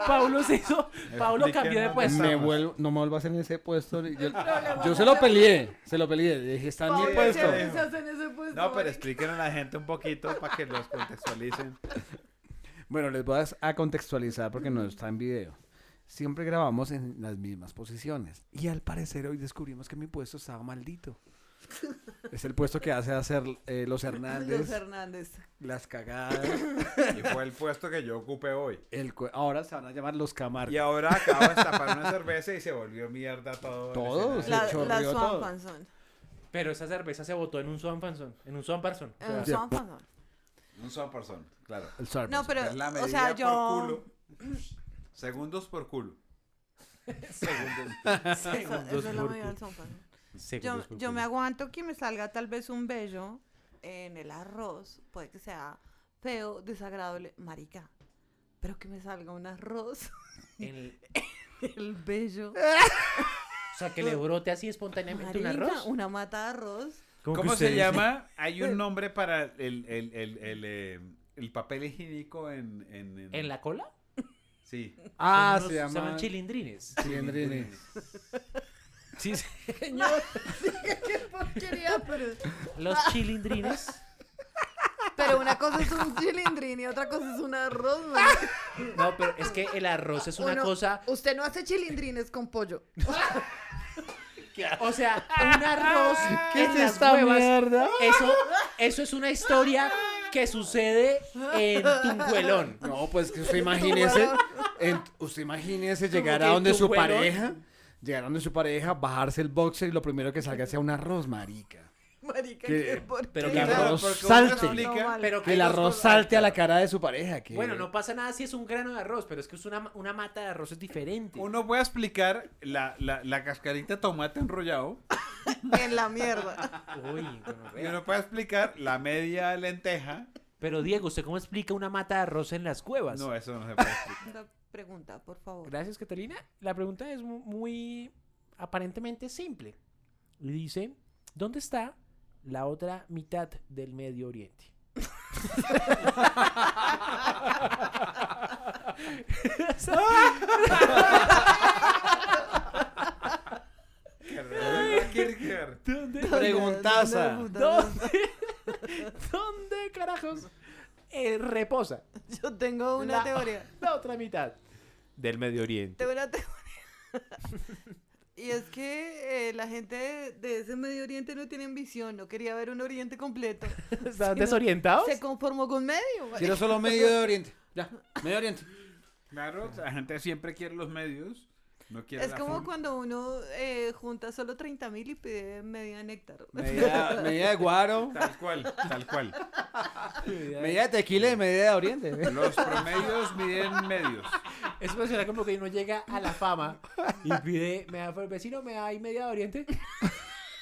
E: Paulo se hizo. Paulo
B: Expliquen
E: cambió de
B: dónde
E: puesto.
B: estamos.
D: Me vuelvo, no me vuelvas en ese puesto. Yo, yo se lo peleé, se lo peleé. Le Dije, está en mi
C: Pobre
D: puesto.
C: chévere, se hace en ese puesto,
B: No, pero
C: marica.
B: expliquen a la gente un poquito para que los contextualicen.
D: Bueno, les voy a- a contextualizar porque no está en video. Siempre grabamos en las mismas posiciones. Y al parecer hoy descubrimos que mi puesto estaba maldito. Es el puesto que hace hacer eh, los Hernández.
C: Los Hernández.
D: Las cagadas.
B: Y fue el puesto que yo ocupé hoy.
D: El cu- ahora se van a llamar los Camargo.
B: Y ahora acabo de tapar una cerveza y se volvió mierda todo. el
D: Todo,
B: escenario.
C: La, la Swan Panzón.
E: Pero esa cerveza se botó en un Swan Panson. En un Swan Panson.
C: Eh, Swan Panzón.
B: Un solo persona, claro.
D: El Swan
C: No, pero,
B: Es pues, la
C: o
B: medida
C: sea,
B: por
C: yo...
B: culo. Segundos por culo. Segundos.
C: Eso- eso es la medida del Swan Panzón. Yo, yo me aguanto que me salga tal vez un bello en el arroz. Puede que sea feo, desagradable, marica. Pero que me salga un arroz
E: El-
C: el bello.
E: o sea, que le brote así espontáneamente un
C: Marica,
E: arroz.
C: Una mata de arroz.
B: ¿Cómo,
E: que
B: se
E: ustedes-
B: llama? Hay un nombre para el, el, el, el, eh, el papel higiénico en, en,
E: ¿En la cola?
B: Sí.
D: Ah,
E: Son unos-
D: se llama.
E: pues, se llaman chilindrines.
D: Chilindrines.
E: Sí, señor.
C: Qué porquería, Pues, pero...
E: Los chilindrines.
C: Pero una cosa es un chilindrín y otra cosa es un arroz. marica.
E: No, pero es que el arroz es una
C: Uno-
E: cosa.
C: Usted no hace chilindrines con pollo.
E: O sea, un arroz
D: ¿Qué
E: en
D: es
E: las
D: esta
E: huevas.
D: mierda?
E: Eso, eso es una historia que sucede en Tunjuelón.
D: No, pues que usted imagínese, en- usted imagínese llegar a
E: que
D: donde
E: tu
D: su
E: güero-
D: pareja, llegar a donde su pareja, bajarse el boxer y lo primero que salga sea un arroz, marica.
C: Marica,
D: Que-
C: qué porquería.
E: Pero
D: Que el
E: que-
D: arroz
B: porque uno
D: salte.
B: explica-
C: No,
E: Pero
D: Que el
E: hay dos
D: arroz
E: cosas.
D: salte a la cara de su pareja. que-
E: Bueno, no pasa nada si es un grano de arroz, pero es que es una, una mata de arroz es diferente.
B: Uno puede explicar la, la, la cascarita de tomate enrollado.
C: vale. En la mierda.
E: Uy, gonorrea.
B: Y uno puede explicar la media lenteja.
E: Pero Diego, ¿usted cómo explica una mata de arroz en las cuevas?
B: No, eso no se puede explicar.
C: Una pregunta, por favor.
E: Gracias, Catalina. La pregunta es mu- muy aparentemente simple. Y dice, ¿dónde está la otra mitad del Medio Oriente?
B: Kierkegaard.
E: ¿Dónde?
D: Preguntaza.
E: ¿Dónde? ¿Dónde carajos eh, reposa
C: Yo tengo una
E: La-
C: teoría.
E: la otra mitad del Medio Oriente?
C: Tengo una teoría. Y es que eh, la gente de- de ese Medio Oriente no tienen visión, no quería ver un Oriente completo.
E: ¿Están desorientados?
C: Se conformó con medio.
D: Quiero solo medio de Oriente. Ya, medio Oriente.
B: Claro, la gente siempre quiere los medios. No quiere
C: Es
B: la
C: como
B: full.
C: cuando uno eh, junta solo 30 mil y pide media néctar.
D: Media, media de guaro,
B: Tal cual, tal cual.
D: media de tequila y media de Oriente.
B: Los promedios miden medios.
E: Eso me suena como que uno llega a la fama y pide, me da, el vecino me da ahí media de oriente,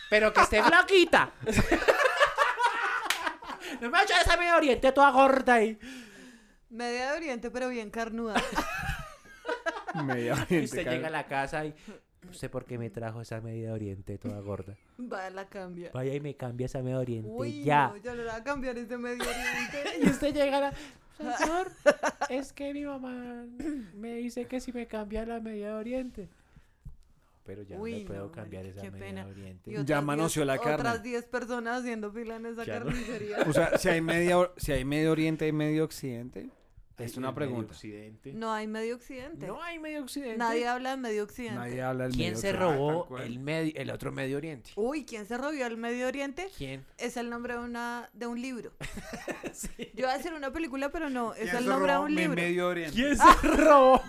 E: pero que esté flaquita. No me echar esa media de oriente toda gorda ahí.
C: Media de Oriente, pero bien carnuda.
D: Media
E: Y
D: Oriente.
E: usted
D: claro.
E: llega a la casa y, no sé por qué me trajo esa media de oriente toda gorda.
C: Va, la cambia.
E: Vaya y me cambia esa media de oriente
C: Uy,
E: ya.
C: no, ya lo va a cambiar ese Medio Oriente.
E: Y usted llega a la... Señor, es que mi mamá me dice que si me cambia la media de oriente. Pero ya no
C: Uy,
E: le puedo
C: no,
E: cambiar
C: marica,
E: esa
C: qué
E: media
C: pena.
E: de oriente.
C: Y otras
D: Ya
C: diez-
D: manoseó la carne.
C: Otras 10 personas haciendo fila en esa
E: Ya no.
C: carnicería.
D: O sea, si hay, media, or- si hay medio Oriente y medio Occidente, es
E: Ay,
D: una
E: el
D: pregunta.
E: Medio Occidente.
C: No hay Medio Occidente.
E: No hay Medio Occidente.
C: Nadie habla de Medio Occidente.
D: Nadie habla del
E: ¿Quién
D: medio
E: se
D: Occidente.
B: Ah, tal
E: robó
B: cual.
E: el, medio, el otro Medio Oriente?
C: Uy, ¿quién se robió el Medio Oriente?
E: ¿Quién?
C: Es el nombre de una de un libro. Yo iba a decir una película, pero no, es
B: ¿Quién
C: el
B: se
C: nombre de
B: robó
C: un
B: mi
C: libro.
B: Medio Oriente.
E: ¿Quién
C: Ah.
E: se robó?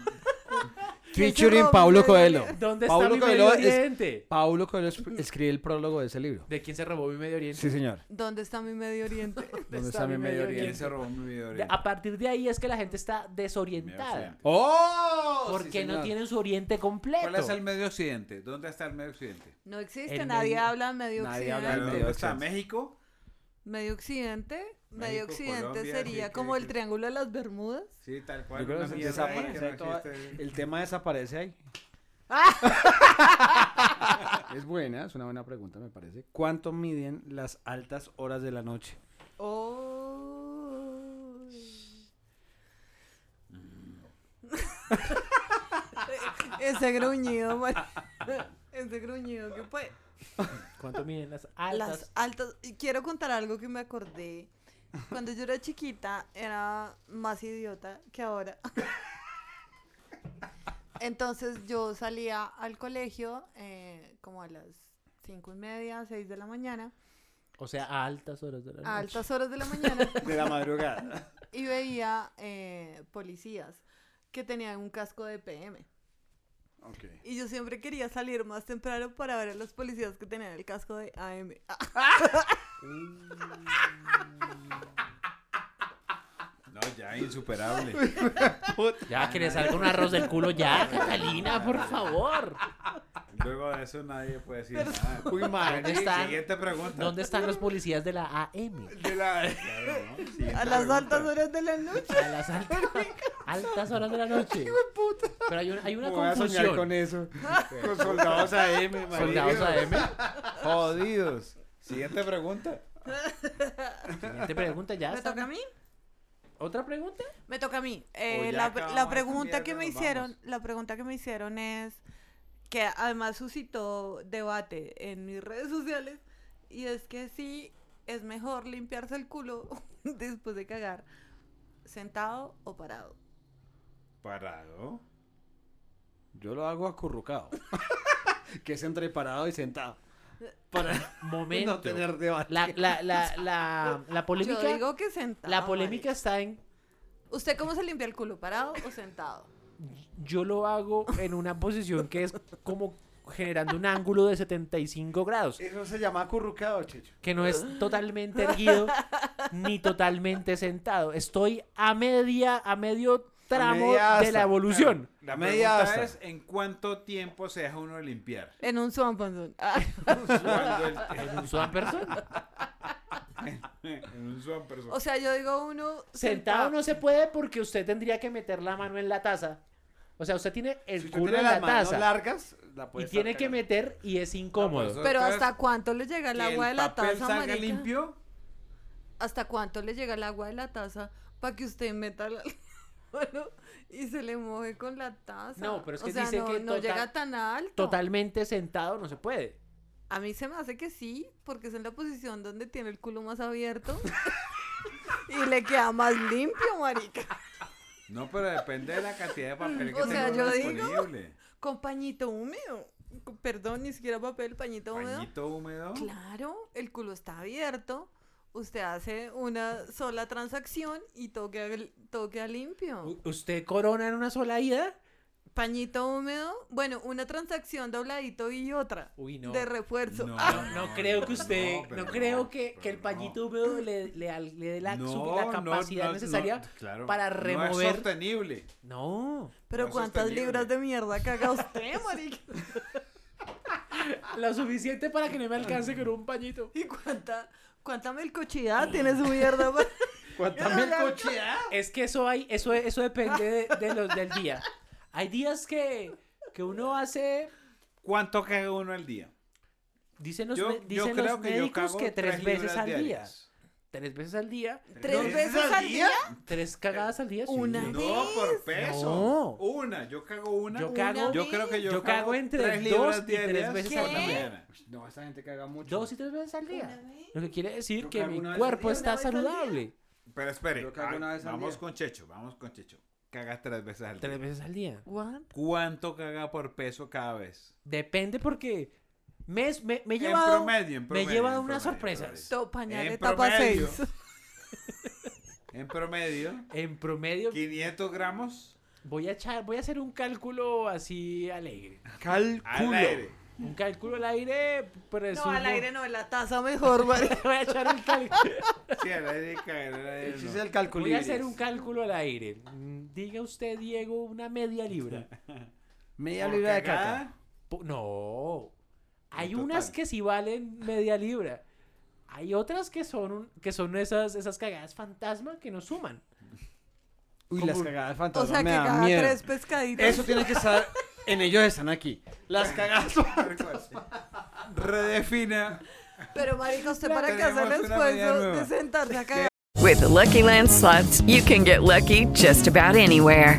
C: ¿Quién se
D: Featuring
C: robó
D: Paulo
C: mi medio
D: Coelho.
E: ¿Dónde
D: Paulo
E: está mi
D: Coelho
E: Medio
D: es-
E: Oriente?
D: Paulo Coelho es- escribe el prólogo de ese libro.
E: ¿De quién se robó mi Medio Oriente?
D: Sí, señor.
C: ¿Dónde está mi Medio Oriente?
D: ¿Dónde está mi medio
B: ¿Quién
D: Oriente?
B: se robó mi Medio
E: De-
B: Oriente?
E: A partir de ahí es que la gente está
B: Medio
E: desorientada.
B: Occidente.
D: ¡Oh!
E: Porque
D: Sí,
E: no
D: señor.
E: tienen su Oriente completo.
B: ¿Cuál es el Medio Occidente? ¿Dónde está el Medio Occidente?
C: No existe,
E: El
C: nadie
E: medio-
C: habla de Medio
D: nadie
C: Occidente.
D: habla
B: Pero
D: Medio
B: ¿Dónde está
D: Occidente.
B: México?
C: Medio Occidente, Medio
B: México,
C: Occidente
B: Colombia,
C: sería
B: sí,
C: como
B: que-
C: el
B: que-
C: Triángulo de las Bermudas.
B: Sí, tal cual.
D: Yo creo que
B: una
D: se
B: mierda ahí
D: desaparece
B: que no
D: toda-
B: existe.
D: El tema desaparece ahí. es buena, es una buena pregunta, me parece. ¿Cuánto miden las altas horas de la noche?
C: Oh. Ese gruñido, Mari- Ese gruñido que fue.
E: ¿Cuánto miden las altas?
C: Las altas. y Quiero contar algo que me acordé. Cuando yo era chiquita era más idiota que ahora. Entonces yo salía al colegio eh, como a las cinco y media, seis de la mañana,
E: O sea, a altas horas de la noche.
C: a altas horas de la mañana.
E: De la madrugada.
C: Y veía eh, policías que tenían un casco de PM.
B: Ok.
C: Y yo siempre quería salir más temprano para ver a los policías que tenían el casco de AM.
B: No, ya, insuperable.
E: Ya, que le salga un arroz del culo ya, Catalina, por favor.
B: Luego de eso nadie puede decir nada.
E: Uy, madre, ¿dónde
B: ¿Dónde
E: están?
B: Siguiente pregunta.
E: ¿Dónde están los policías de la AM?
C: a las altas horas de la noche.
E: A las altas, altas horas de la noche. Pero hay, un- hay una
D: Me voy a soñar
E: confusión.
D: con eso.
B: Con soldados AM, marica.
E: Soldados AM.
B: Jodidos. Siguiente pregunta.
E: Siguiente pregunta ya.
C: ¿Me
E: está.
C: toca a mí?
E: ¿Otra pregunta?
C: Me toca a mí. Eh,
E: ya
C: la,
E: acabamos
C: la
E: esta
C: pregunta
E: mierda,
C: que me
E: nos
C: hicieron, la pregunta que me hicieron es que además suscitó debate en mis redes sociales y es que si es mejor limpiarse el culo después de cagar sentado o parado.
B: Parado.
D: Yo lo hago acurrucado. que es entre parado y sentado.
E: Para momento.
D: Pues no tener debate.
E: La, la, la, la, la polémica.
C: Yo digo que sentado.
E: la polémica está en
C: marica. ¿Usted cómo se limpia el culo, parado o sentado?
E: yo lo hago en una posición que es como generando un ángulo de 75 grados,
D: Eso se llama acurrucado, Checho.
E: que no es totalmente erguido ni totalmente sentado. Estoy a media, a medio tramo
D: media
E: de la
D: asta.
E: evolución.
B: La
D: media
B: pregunta
D: asta.
B: es ¿en cuánto tiempo se deja uno limpiar?
C: En un pues, swampanzón.
B: Cuando el-
E: ¿En un swan person?
B: en un swan person.
C: o sea, yo digo uno
E: Sentado no se puede porque usted tendría que meter la mano en la taza. O sea, usted tiene el
D: Si usted
E: culo
D: tiene
E: en la
D: las manos
E: taza
D: largas, la
E: y
D: puede
E: tiene que meter y es incómodo.
B: No,
C: Pero
B: Entonces,
C: ¿hasta cuánto le llega el
B: que
C: agua de la
B: papel
C: taza,
B: salga
C: marica?
B: limpio?
C: ¿Hasta cuánto le llega el agua de la taza para que usted meta la mano y se le moje con la taza?
E: No, pero es que
C: o sea,
E: dice
C: no,
E: que
C: no
E: total-
C: llega tan alto.
E: Totalmente sentado no se puede.
C: A mí se me hace que sí, porque es en la posición donde tiene el culo más abierto y le queda más limpio, marica.
B: No, pero depende de la cantidad de papel que
C: O sea,
B: tenga uno
C: yo digo-
B: disponible.
C: Con pañito húmedo. Con- Perdón, ni siquiera papel, pañito húmedo.
B: Pañito húmedo.
C: Claro, el culo está abierto. Usted hace una sola transacción y todo queda, todo queda limpio.
E: U- ¿Usted corona en una sola ida?
C: Pañito húmedo, bueno, una transacción dobladito y otra.
E: Uy, no.
C: De refuerzo.
B: No,
C: Ah,
E: No, no creo que usted,
B: no,
E: no,
B: pero no,
E: creo que, que el
B: pero
E: pañito húmedo le, le, al- le dé la, su- la
B: No, no,
E: capacidad
B: no, no,
E: necesaria
B: claro.
E: para
B: No es
E: remover.
B: sostenible.
E: No,
C: pero
B: no es
C: cuántas
B: sostenible.
C: libras de mierda caga usted, marica.
E: lo suficiente para que no me alcance con un pañito.
C: Y cuánta, cuánta melcochidad tiene su mierda. pa-
D: ¿Cuánta melcochidad?
E: Es que eso hay, eso, eso depende de, de los del día. Hay días que, que uno hace,
B: ¿Cuánto caga uno al día?
E: dicen los,
B: Yo,
E: me-
B: yo
E: dicen los
B: creo que yo
E: médicos
B: cago
E: que tres veces
B: libras
E: al día.
B: diarias.
E: Tres veces al día,
C: ¿Tres veces al día?
E: tres cagadas al día. sí.
C: Una.
B: No, por peso.
E: No.
B: Una, yo cago una.
E: Yo cago,
B: Yo creo que yo,
E: yo cago entre dos
B: tres libras
E: y tres
B: diarias
E: veces
B: a
C: al
B: la
C: día.
B: mañana.
D: No, esta gente caga mucho.
E: dos y tres veces al día. Lo que quiere decir
D: Yo
E: que
D: cago
E: mi
D: una vez al
E: cuerpo
D: día,
E: está
C: una vez al día.
E: saludable.
B: Pero espere,
D: Yo cago
B: ah,
D: una vez al
B: vamos
D: día.
B: con Checho, vamos con Checho. Cagas tres veces al día.
E: Tres veces al día.
C: What?
B: ¿Cuánto caga por peso cada vez?
E: Depende porque me, es- me, me he
B: En
E: llevado,
B: promedio, en promedio,
E: me he llevado
B: en
E: unas
B: promedio, en
E: sorpresas.
C: To- pañal
B: En
C: etapa
B: promedio.
C: 6.
B: En promedio,
E: En promedio
B: 500 gramos
E: voy a echar, voy a hacer un cálculo así alegre.
B: al aire.
E: Un cálculo al aire,
C: No,
E: presumo.
C: al aire no, en la taza mejor, marica.
E: Voy a echar un cálculo.
B: Sí, al aire cagar al aire.
D: Ese
B: no.
D: es el cálculo.
E: Voy a hacer un cálculo al aire. Mm, Diga usted, Diego, una media libra.
D: Media
B: Por
D: libra de
B: cagada,
D: caca.
E: Po- No. Hay
B: total.
E: unas que sí valen media libra. Hay otras que son un- que son esas esas cagadas fantasma que no suman.
D: Uy,
E: Como
D: las
E: un-
D: cagadas
C: O
D: fantasmas
C: sea que
D: me dan
C: caga
D: miedo.
C: tres pescaditos.
D: Eso tiene que estar... En ellos están aquí. Las cagadas
B: Redefina.
C: Pero, marica, usted para que
B: Tenemos
C: hacer el
B: una media
C: esfuerzo
B: nueva.
C: de sentarse a cagar.
K: With the Lucky Land slots, you can get lucky just about anywhere.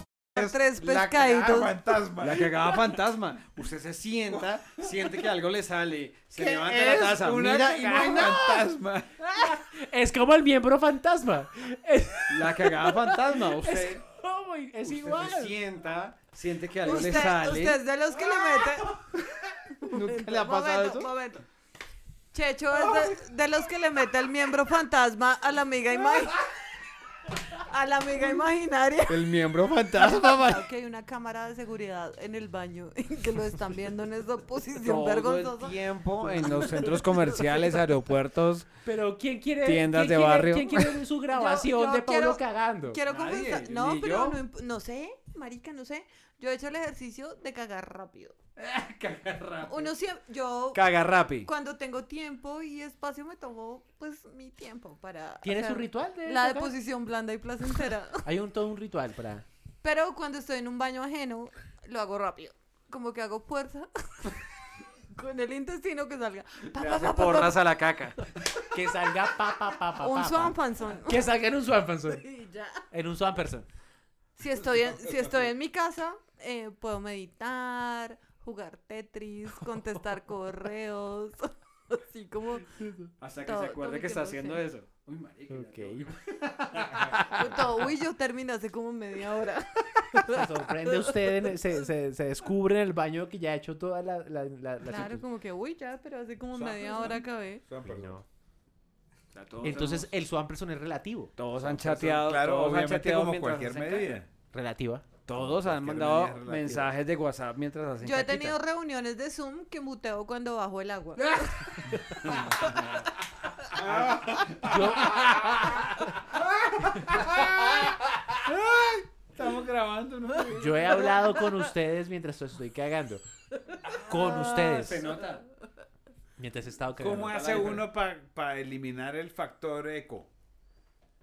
C: Tres
E: Pues
C: pescaditos.
D: La cagada fantasma. La cagada fantasma. Usted se sienta, siente que algo le sale, se
E: ¿Qué
D: levanta la
E: es
D: taza,
E: una
D: mira y no hay
E: cagada
D: fantasma.
E: Es como el miembro fantasma.
D: La cagada fantasma. Usted,
E: Es, como- es
D: usted
E: igual.
D: se sienta, siente que algo
C: Usted,
D: le sale.
C: usted es de los que le mete.
D: ¿Nunca le ha pasado
C: Momento,
D: eso?
C: momento. Checho es de, de los que le mete el miembro fantasma a la amiga imaginaria. A la amiga imaginaria.
D: El miembro fantasma,
C: Claro
D: María.
C: que hay una cámara de seguridad en el baño y que lo están viendo en esa posición
D: Todo
C: vergonzosa.
D: el tiempo en los centros comerciales, aeropuertos.
E: Pero ¿quién quiere,
D: Tiendas
E: quién
D: de
E: quiere-
D: barrio.
E: quién quiere ver su grabación
C: Yo- yo
E: de Pablo
C: quiero-
E: cagando?
C: Quiero confesar. No,
D: ni
C: pero
D: yo.
C: no, imp- no sé, marica, no sé. Yo he hecho el ejercicio de cagar rápido. Uno siempre, yo...
D: Caga rápido.
C: Cuando tengo tiempo y espacio me tomo, pues, mi tiempo para...
E: ¿Tienes
C: hacer
E: un ritual de
C: La
E: cagar?
C: deposición blanda y placentera.
E: Hay un todo un ritual para.
C: Pero cuando estoy en un baño ajeno, lo hago rápido. Como que hago fuerza con el intestino que salga. Pa,
D: Le
C: pa,
D: hace
C: pa, pa,
D: porras
C: pa.
D: a la caca.
E: Que salga pa pa pa pa.
C: Un
E: pa,
C: swan
E: pa.
C: panzón.
E: Que salga en un swan panzón.
C: Y ya.
E: En un swan person.
C: Si estoy en, si estoy en mi casa, eh, puedo meditar, jugar Tetris, contestar correos. Así como.
D: Hasta que
C: todo-
D: se
C: todo
D: acuerde
C: mi
D: que está
C: tiempo,
D: haciendo
C: sí.
D: eso. Uy, marica.
C: Todo, uy, yo terminé hace como media hora.
E: Se sorprende usted, en el- se, se, se descubre en el baño que ya ha hecho toda la. la, la, la
C: Claro,
E: situ-
C: como que, uy, ya, pero hace como
D: Swan
C: media
D: person.
C: hora acabé.
E: Uy, no. Entonces el swan person es relativo.
D: Todos han chateado.
B: Claro,
D: todos
B: ojalá
D: han
B: chateado
D: chateado
B: como
D: mientras
B: cualquier
D: hacen
B: medida.
D: caca.
E: Relativa.
D: Todos han
B: Cualquier
D: mandado
B: medida relativa.
D: mensajes de WhatsApp mientras hacen
C: Yo he
D: caquita.
C: tenido reuniones de Zoom que muteo cuando bajo el agua.
D: Estamos grabando, ¿no?
E: Yo he hablado con ustedes mientras estoy cagando. Con
D: Ah,
E: ustedes.
D: Se nota.
E: Mientras he estado cagando.
B: ¿Cómo hace uno para eliminar el factor eco?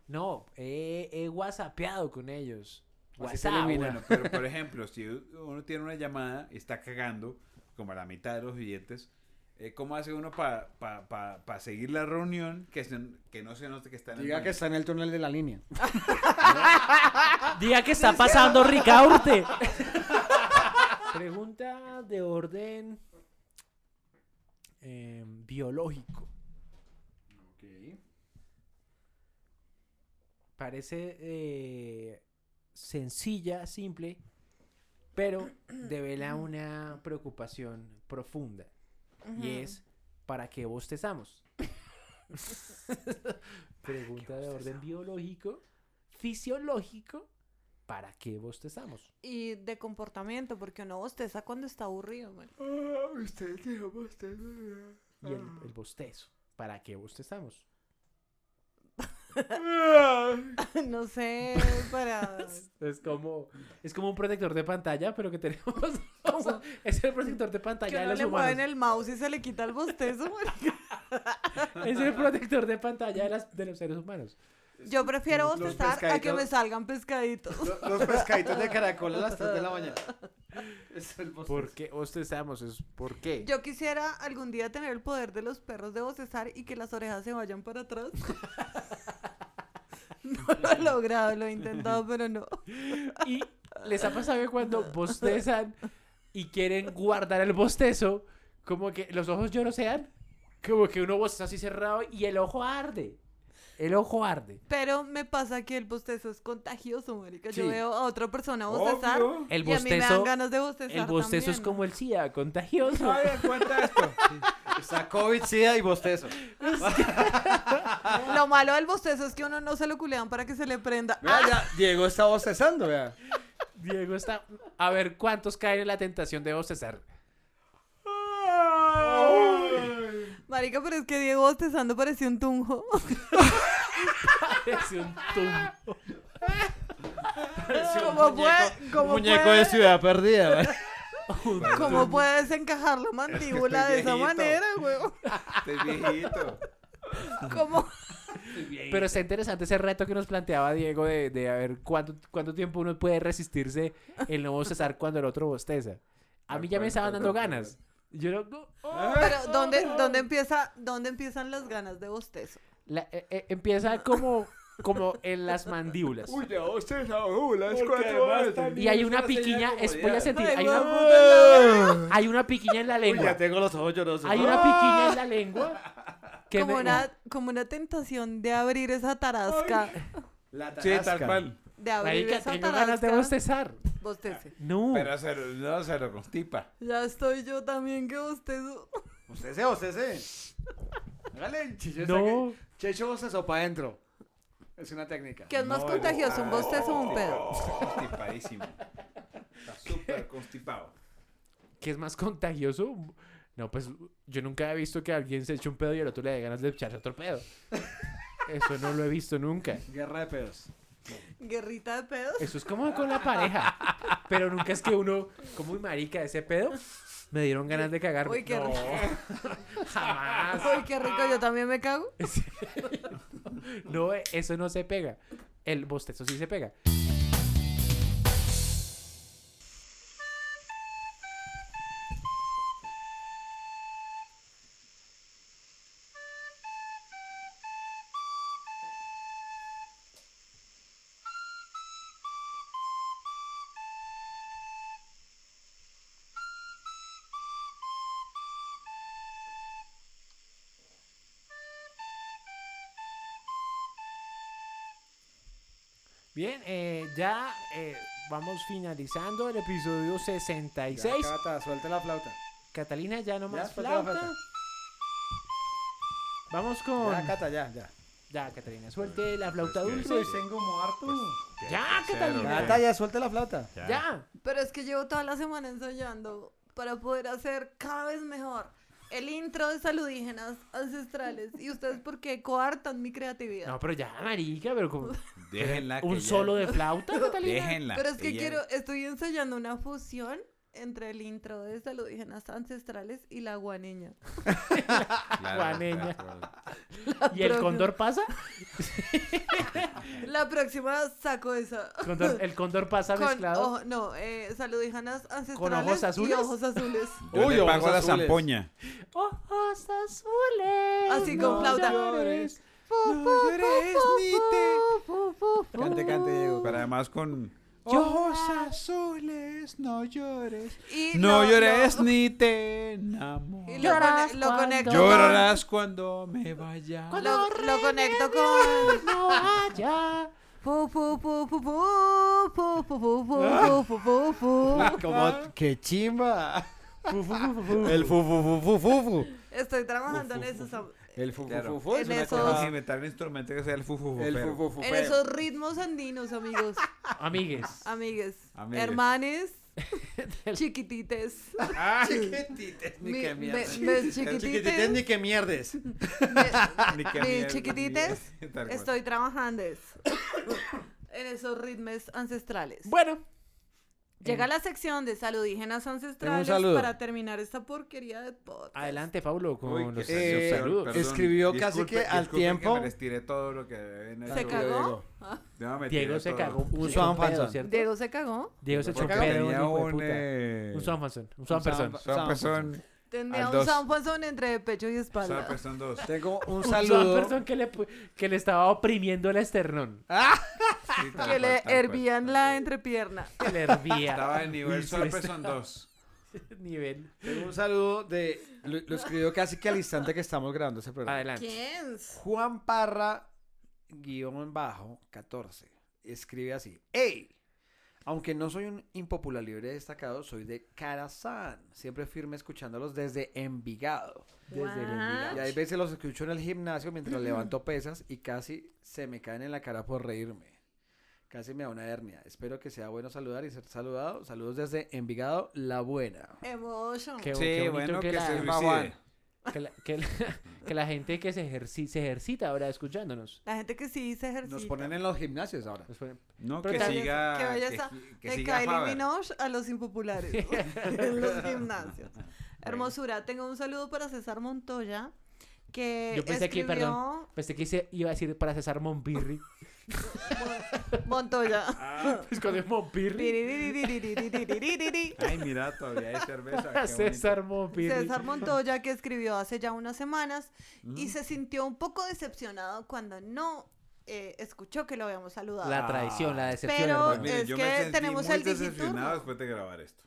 E: No, he, he whatsappeado con ellos.
B: Así se
E: WhatsApp.
B: elimina. Bueno, pero por ejemplo, si uno tiene una llamada y está cagando, como a la mitad de los billetes, eh, ¿cómo hace uno para seguir la reunión que, se- que no se note que está en el
D: Diga
B: baño?
D: que está en el túnel de la línea.
E: Diga que está pasando Ricaurte. Pregunta de orden eh, biológico. Parece eh, sencilla, simple, pero devela una preocupación profunda.
C: Ujú.
E: Y es, ¿para qué bostezamos? Pregunta de orden biológico, fisiológico, ¿para qué bostezamos?
C: Y de comportamiento, porque uno bosteza cuando está aburrido, man.
E: Y el,
C: Ah.
E: el bostezo, ¿para qué bostezamos?
C: No sé, para...
E: Es como, es como un protector de pantalla, pero que tenemos. como- es el protector de
C: Que
E: pantalla de
C: uno
E: los
C: le mueven
E: humanos.
C: el mouse y se le quita el bostezo, marica.
E: Es el protector de pantalla de, las- de los seres humanos.
C: Yo prefiero
D: Los
C: bostezar a que
D: pescaditos.
C: me salgan pescaditos.
D: Los pescaditos de caracol a las 3 de la mañana. Es el bostezo.
E: ¿Por qué bostezamos? Es ¿Por qué?
C: Yo quisiera algún día tener el poder de los perros de bostezar y que las orejas se vayan para atrás. No lo he logrado, lo he intentado, pero no.
E: Y les ha pasado que cuando bostezan y quieren guardar el bostezo, como que los ojos llorosean, como que uno bosteza así cerrado y el ojo arde. El ojo arde.
C: Pero me pasa que el bostezo es contagioso, marica. Yo
E: Sí.
C: veo a otra persona bostezar
B: Obvio.
E: El
C: y a mí me
E: bostezo-
C: dan ganas de bostezar
E: El bostezo es
C: también.
E: como el SIDA, contagioso.
B: Ay, cuenta esto.
D: Está COVID, SIDA y bostezo.
C: Lo malo del bostezo es que uno no se lo culean para que se le prenda.
D: Vea, ya, Diego está bostezando, vea.
E: Diego está. A ver cuántos caen en la tentación de bostezar.
C: Marica, pero es que Diego bostezando parecía un tunjo.
E: Parece un tumbo.
C: ¿Cómo puede, cómo
D: Muñeco
C: puede-
D: de ciudad perdida, vea.
C: cómo puede desencajar la mandíbula de esa
B: viejito.
C: manera, weón?
B: Estoy Este viejito.
C: ¿Cómo?
E: Pero está interesante ese reto que nos planteaba Diego de, de a ver cuánto, cuánto tiempo uno puede resistirse el no bostezar cuando el otro bosteza. A mí ya me estaban dando ganas. Yo no... go- oh,
C: Pero
E: oh,
C: ¿dónde,
E: oh.
C: dónde empieza, ¿dónde empiezan las ganas de bostezo?
E: La- eh, eh, empieza como, como en las mandíbulas.
C: Uy,
B: ya ustedes las cuatro veces.
E: Y hay una piquiña, es- voy a sentir, hay
B: una...
E: Hay una piquiña en la lengua.
D: ya tengo los ojos llorosos. ¡Ah!
E: Hay una piquiña en la lengua. que
C: Como
E: me-
C: una, como una tentación de abrir esa tarasca.
D: La
B: Sí, tal cual.
C: De abrir
E: Marica,
C: esa
E: tengo ganas de
C: tarasca.
E: bostezar.
C: Bostece.
E: No.
B: Pero se, lo- no, se lo constipa.
C: Ya estoy yo también que bostezo.
D: Usted se, usted se. Hágale, chicho.
E: No.
D: No. Checho bostezó para adentro. Es una técnica.
C: ¿Qué es más contagioso, un bostezo o un pedo?
B: Constipadísimo. Está súper constipado.
E: ¿Qué es más contagioso? No, pues yo nunca he visto que alguien se eche un pedo y al otro le dé ganas de echarse otro pedo. Eso no lo he visto nunca.
D: Guerra de pedos.
C: Guerrita de pedos.
E: Eso es como con la pareja. Pero nunca es que uno, como muy marica, ese pedo, me dieron ganas de cagar.
C: Uy, qué
E: No,
C: rico.
E: jamás.
C: Uy, qué rico, yo también me cago.
E: No, eh, eso no se pega. El bostezo sí se pega. Bien, eh, ya eh, vamos finalizando el episodio 66.
D: Ya, Cata, suelta la flauta.
E: Catalina, ya no
D: Ya,
E: más
D: suelta la
E: flauta.
D: flauta.
E: Vamos con...
D: Ya, Cata, ya, ya.
E: Ya, Catalina, suelte la flauta dulce.
D: tengo muerto.
E: Ya, Catalina.
D: Cata, ya, suelta la flauta.
E: Ya.
C: Pero es que llevo toda la semana ensayando para poder hacer cada vez mejor el intro de saludígenas ancestrales. ¿Y ustedes por qué coartan mi creatividad?
E: No, pero ya, marica, pero como...
B: Déjenla.
E: ¿Un
B: que ya-
E: solo de flauta, Catalina?
B: Déjenla.
C: Pero es que
B: ella-
C: quiero, estoy ensayando una fusión entre el intro de saludígenas ancestrales y la guaneña.
B: Claro,
E: Juaneña.
B: claro, claro.
E: Ah, ¿Y el
C: Pero-
E: cóndor pasa?
C: La próxima saco esa.
E: Cóndor- ¿El cóndor pasa
C: Con
E: mezclado?
C: ojo- no, eh, saludígenas ancestrales
E: ojos
C: y
E: azules?
C: ojos azules.
B: Yo
D: Uy,
B: le
D: ojos
B: pago la
D: azules.
B: zampoña.
E: Ojos azules.
C: Así con
E: no
C: flauta.
E: llores.
C: No llores ni te...
D: Cante, cante, Diego.
B: Pero además con...
D: Ojos azules, no llores.
C: Y
B: No
C: lo-
B: llores
C: lo-
B: ni te enamores.
C: y lo,
E: Llorarás
C: cone- lo conecto con...
B: Llorarás cuando me vaya.
C: Lo, lo conecto con...
E: No haya.
C: Fu, fu, fu, fu, fu, fu, fu, fu, fu, fu, fu, fu.
D: Como, qué chimba. El Ah. fu fu fu fu fu fu.
C: Estoy trabajando en esos,
D: El fu fu
B: Claro.
D: fu fu. es
C: En
D: una
C: esos-
D: cosa-
B: Inventar un instrumento que sea el fufu.
D: El fu fu fu.
C: en esos ritmos andinos, amigos,
E: Amigues.
C: amigues,
B: Amigues.
C: hermanes, chiquitites,
D: Chiquitites, ni
C: Mi- me-
D: que mierdes.
C: me- chiquitites.
D: Chiquitites, ni que mierdes.
B: Ni que
C: mis
B: mierda,
C: chiquitites,
B: ni- tal cual.
C: estoy trabajando en esos ritmos ancestrales.
E: Bueno.
C: Llega la sección de saludígenas ancestrales
D: saludo.
C: para terminar esta porquería de podcast.
E: Adelante, Pablo, con
B: Uy, qué
E: los
B: serio,
D: eh,
E: los saludos.
B: perdón,
D: escribió casi
B: disculpe-
D: que al
B: disculpe
D: tiempo.
B: Que me estiré todo lo que en el
C: ¿Se
B: saludo.
C: cagó?
B: No, me
E: Diego
B: tiré
E: se
B: todo.
E: cagó. Un
D: Sí,
E: Swan
D: compensa.
E: Fanson, ¿cierto?
C: Diego se cagó.
E: Diego se echó un
B: Porque
E: pedo, un
B: tenía
E: hijo de
B: un,
E: puta.
B: eh,
E: Un Swan Fanson, un Swan
D: Swan
E: Person.
D: Fan-
B: San Pesón.
C: Tendría
B: Al
C: un
B: dos. pues,
C: zampanzón entre pecho y
B: San
C: espalda.
B: Pesón 2.
D: Tengo un
E: Un Swan
D: saludo.
E: Person que le, pu- que le estaba oprimiendo el esternón.
C: Que le hervían la entrepierna.
E: Que le hervía.
B: Estaba en nivel
E: Y sí
B: San
E: está-
B: Pesón 2.
E: Nivel.
D: Tengo un saludo de. Lo, lo escribió casi que al instante que estamos grabando ese programa.
E: Adelante.
C: ¿Quién?
D: Juan Parra, guión bajo, 14. Escribe así. ¡Ey! Aunque no soy un impopular libre destacado, soy de Carazán. Siempre firme escuchándolos desde Envigado.
C: Desde el Envigado.
D: Y hay veces los escucho en el gimnasio mientras levanto pesas y casi se me caen en la cara por reírme. Casi me da una hernia. Espero que sea bueno saludar y ser saludado. Saludos desde Envigado, La Buena.
C: Emotion.
E: Qué, qué
B: Sí,
E: bonito
B: bueno,
E: que,
B: que
E: la,
B: se
D: Juan.
B: suicide.
E: que la- que la- que la gente que se, ejerci- se ejercita ahora escuchándonos.
C: La gente que sí se ejercita.
D: Nos ponen en los gimnasios ahora.
E: Nos ponen-
B: No,
E: Pero
B: que
E: tal vez-
B: siga.
C: que vayas a-
B: gi- que
C: de
B: siga
C: Kylie
B: Faber.
C: Minogue a los impopulares en los gimnasios. Hermosura, tengo un saludo para César Montoya, que
E: Yo pensé que,
C: escribió
E: perdón, pensé que se iba a decir para César Monpirri.
C: Montoya.
E: Pues cuando es
C: Monpirri.
E: Ah,
B: Ay, mira, todavía hay cerveza. qué
E: César
B: bonito.
E: Monpirri.
C: César Montoya, que escribió hace ya unas semanas y se sintió un poco decepcionado cuando no eh, escuchó que lo habíamos saludado.
E: La traición, la decepción.
C: Pero eh,
E: hermano.
C: es
B: Pues Yo
C: que
B: me sentí
C: tenemos
B: muy
C: el digiturno.
B: decepcionado después de grabar esto.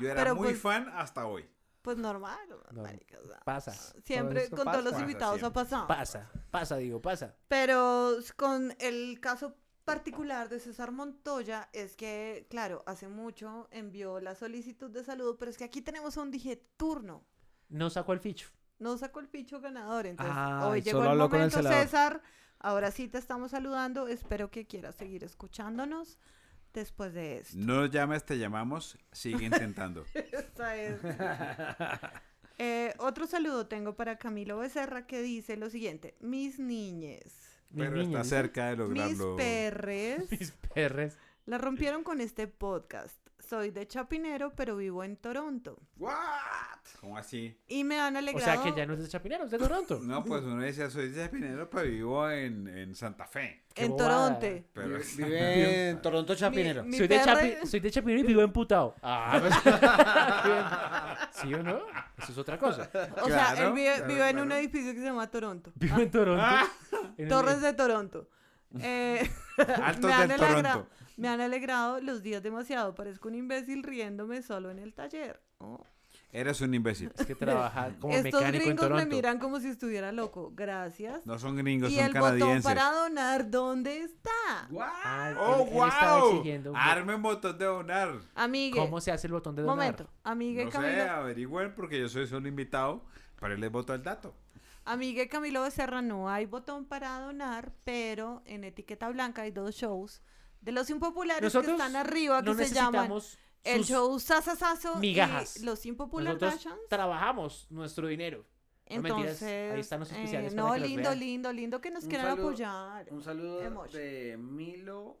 B: Yo era
C: Pero
B: muy
C: pues-
B: fan hasta hoy.
C: Pues normal,
E: No,
C: marica, o sea,
E: Pasa.
C: Siempre
E: Todo eso
C: con todos los
E: pasa.
C: invitados ha pasado.
E: Pasa, pasa, digo, pasa.
C: Pero s- con el caso particular de César Montoya es que, claro, hace mucho envió la solicitud de saludo, pero es que aquí tenemos un digeturno.
E: No sacó el ficho.
C: No sacó el picho ganador, entonces
E: Ah,
C: hoy
E: y
C: llegó el
E: solo habló con el
C: momento,
E: celador.
C: César. Ahora sí te estamos saludando. Espero que quieras seguir escuchándonos después de esto.
B: No nos llames, te llamamos, sigue intentando.
C: Esta es. Eh, otro saludo tengo para Camilo Becerra que dice lo siguiente: Mis niñes,
B: Pero está cerca de
C: mis
B: lograrlo.
C: perres,
E: Perres.
C: la rompieron con este podcast. Soy de Chapinero, pero vivo en Toronto.
B: ¿Cómo así?
C: Y me han
E: O
C: alegrado.
E: sea que ya no es de Chapinero, es de Toronto.
B: No, pues uno decía, soy de Chapinero, pero vivo en, en Santa Fe.
C: En bobada. Toronte.
B: Pero
D: Vive en Toronto Chapinero.
C: Mi- mi
E: soy, de
C: perre-
E: Chapi- soy de Chapinero y vivo emputado. Ah, pues- ¿Sí o no? Eso es otra cosa.
C: O sea, él vive, vive en un edificio que se llama Toronto.
E: Vivo en Toronto.
B: Ah.
E: En el-
C: Torres de Toronto. Eh,
E: Altos
C: me, han
E: del
C: alegra-
E: Toronto.
C: me han alegrado los días demasiado. Parezco un imbécil riéndome solo en el taller. Oh.
B: Eres un imbécil.
E: Es que trabaja como
C: Estos
B: mecánico en
C: gringos me
B: Toronto.
C: miran como si estuviera loco. Gracias.
B: No son gringos,
C: y
B: son
C: el botón
B: canadienses.
C: para donar, ¿dónde está?
E: Ah,
B: ¡Oh,
E: él- él estaba
B: wow!
E: exigiendo un-
B: Armen botón de donar.
C: Amigue.
E: ¿Cómo se hace el botón de donar?
C: Momento. Amigue
B: No sé,
C: Camilo.
B: averigüen porque yo soy solo invitado, pero él les voto el dato.
C: Amigue Camilo Becerra, no hay botón para donar, pero en Etiqueta Blanca hay dos shows de los impopulares
E: Nosotros
C: que están arriba que
E: no
C: se llaman
E: necesitamos
C: el
E: sus
C: show Sasasazo
E: migajas.
C: y los impopular
E: Nosotros
C: Fashions.
E: trabajamos nuestro dinero. No mentiras,
C: Entonces,
E: ahí están los
C: eh,
E: especiales. para
C: no,
E: que los
C: lindo,
E: vean.
C: lindo, lindo que nos
D: Un
C: quieran
D: saludo-
C: apoyar.
D: Un saludo
C: Emoji.
D: de Milo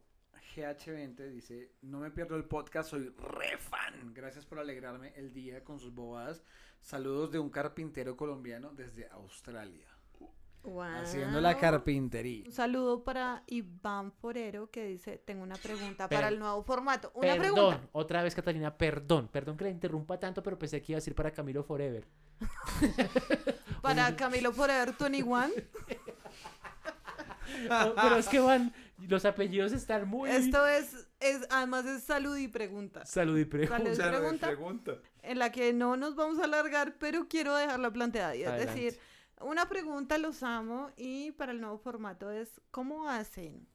D: GH20. Dice: No me pierdo el podcast, soy re fan. Gracias por alegrarme el día con sus bobadas. Saludos de un carpintero colombiano desde Australia. Haciendo la
C: Guau.
D: carpintería.
C: Un saludo para Iván Forero que dice, tengo una pregunta
E: Per-
C: para el nuevo formato. Una
E: perdón,
C: pregunta.
E: otra vez Catalina, perdón, perdón que la interrumpa tanto, pero pensé que iba a decir para Camilo Forever.
C: Para Camilo Forever 21.
E: No, pero es que van, los apellidos están muy...
C: Esto es, es, además es salud y pregunta.
E: Salud y pregunta.
C: Salud y
E: Salud y
C: pregunta, En la que no nos vamos a alargar, pero quiero dejarla planteada. Y es
E: Adelante.
C: decir, una pregunta los amo y para el nuevo formato es, ¿cómo hacen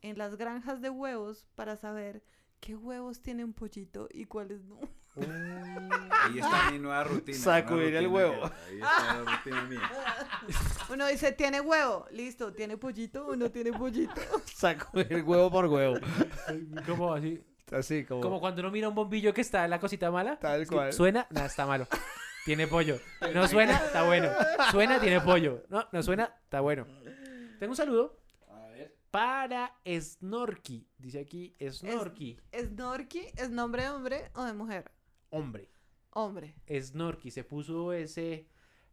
C: en las granjas de huevos para saber qué huevos tienen pollito y cuáles no?
B: Ahí está mi nueva rutina. una
D: Sacudir el
B: rutina
D: huevo.
B: que- Ahí está la rutina mía.
C: Uno dice, tiene huevo, listo, tiene pollito o no tiene pollito.
D: Sacudir huevo por huevo.
E: ¿Cómo así?
D: Así como.
E: Como cuando uno mira un bombillo que está en la cosita mala.
D: Tal
E: es que
D: cual.
E: Suena, nada, está malo. Tiene pollo. No suena, está bueno. Suena, tiene pollo. No, no suena, está bueno. Tengo un saludo
D: A ver.
E: para Snorky. Dice aquí Snorky.
C: Snorky es nombre de hombre o de mujer.
E: Hombre.
C: Hombre.
E: Snorky. Se puso ese,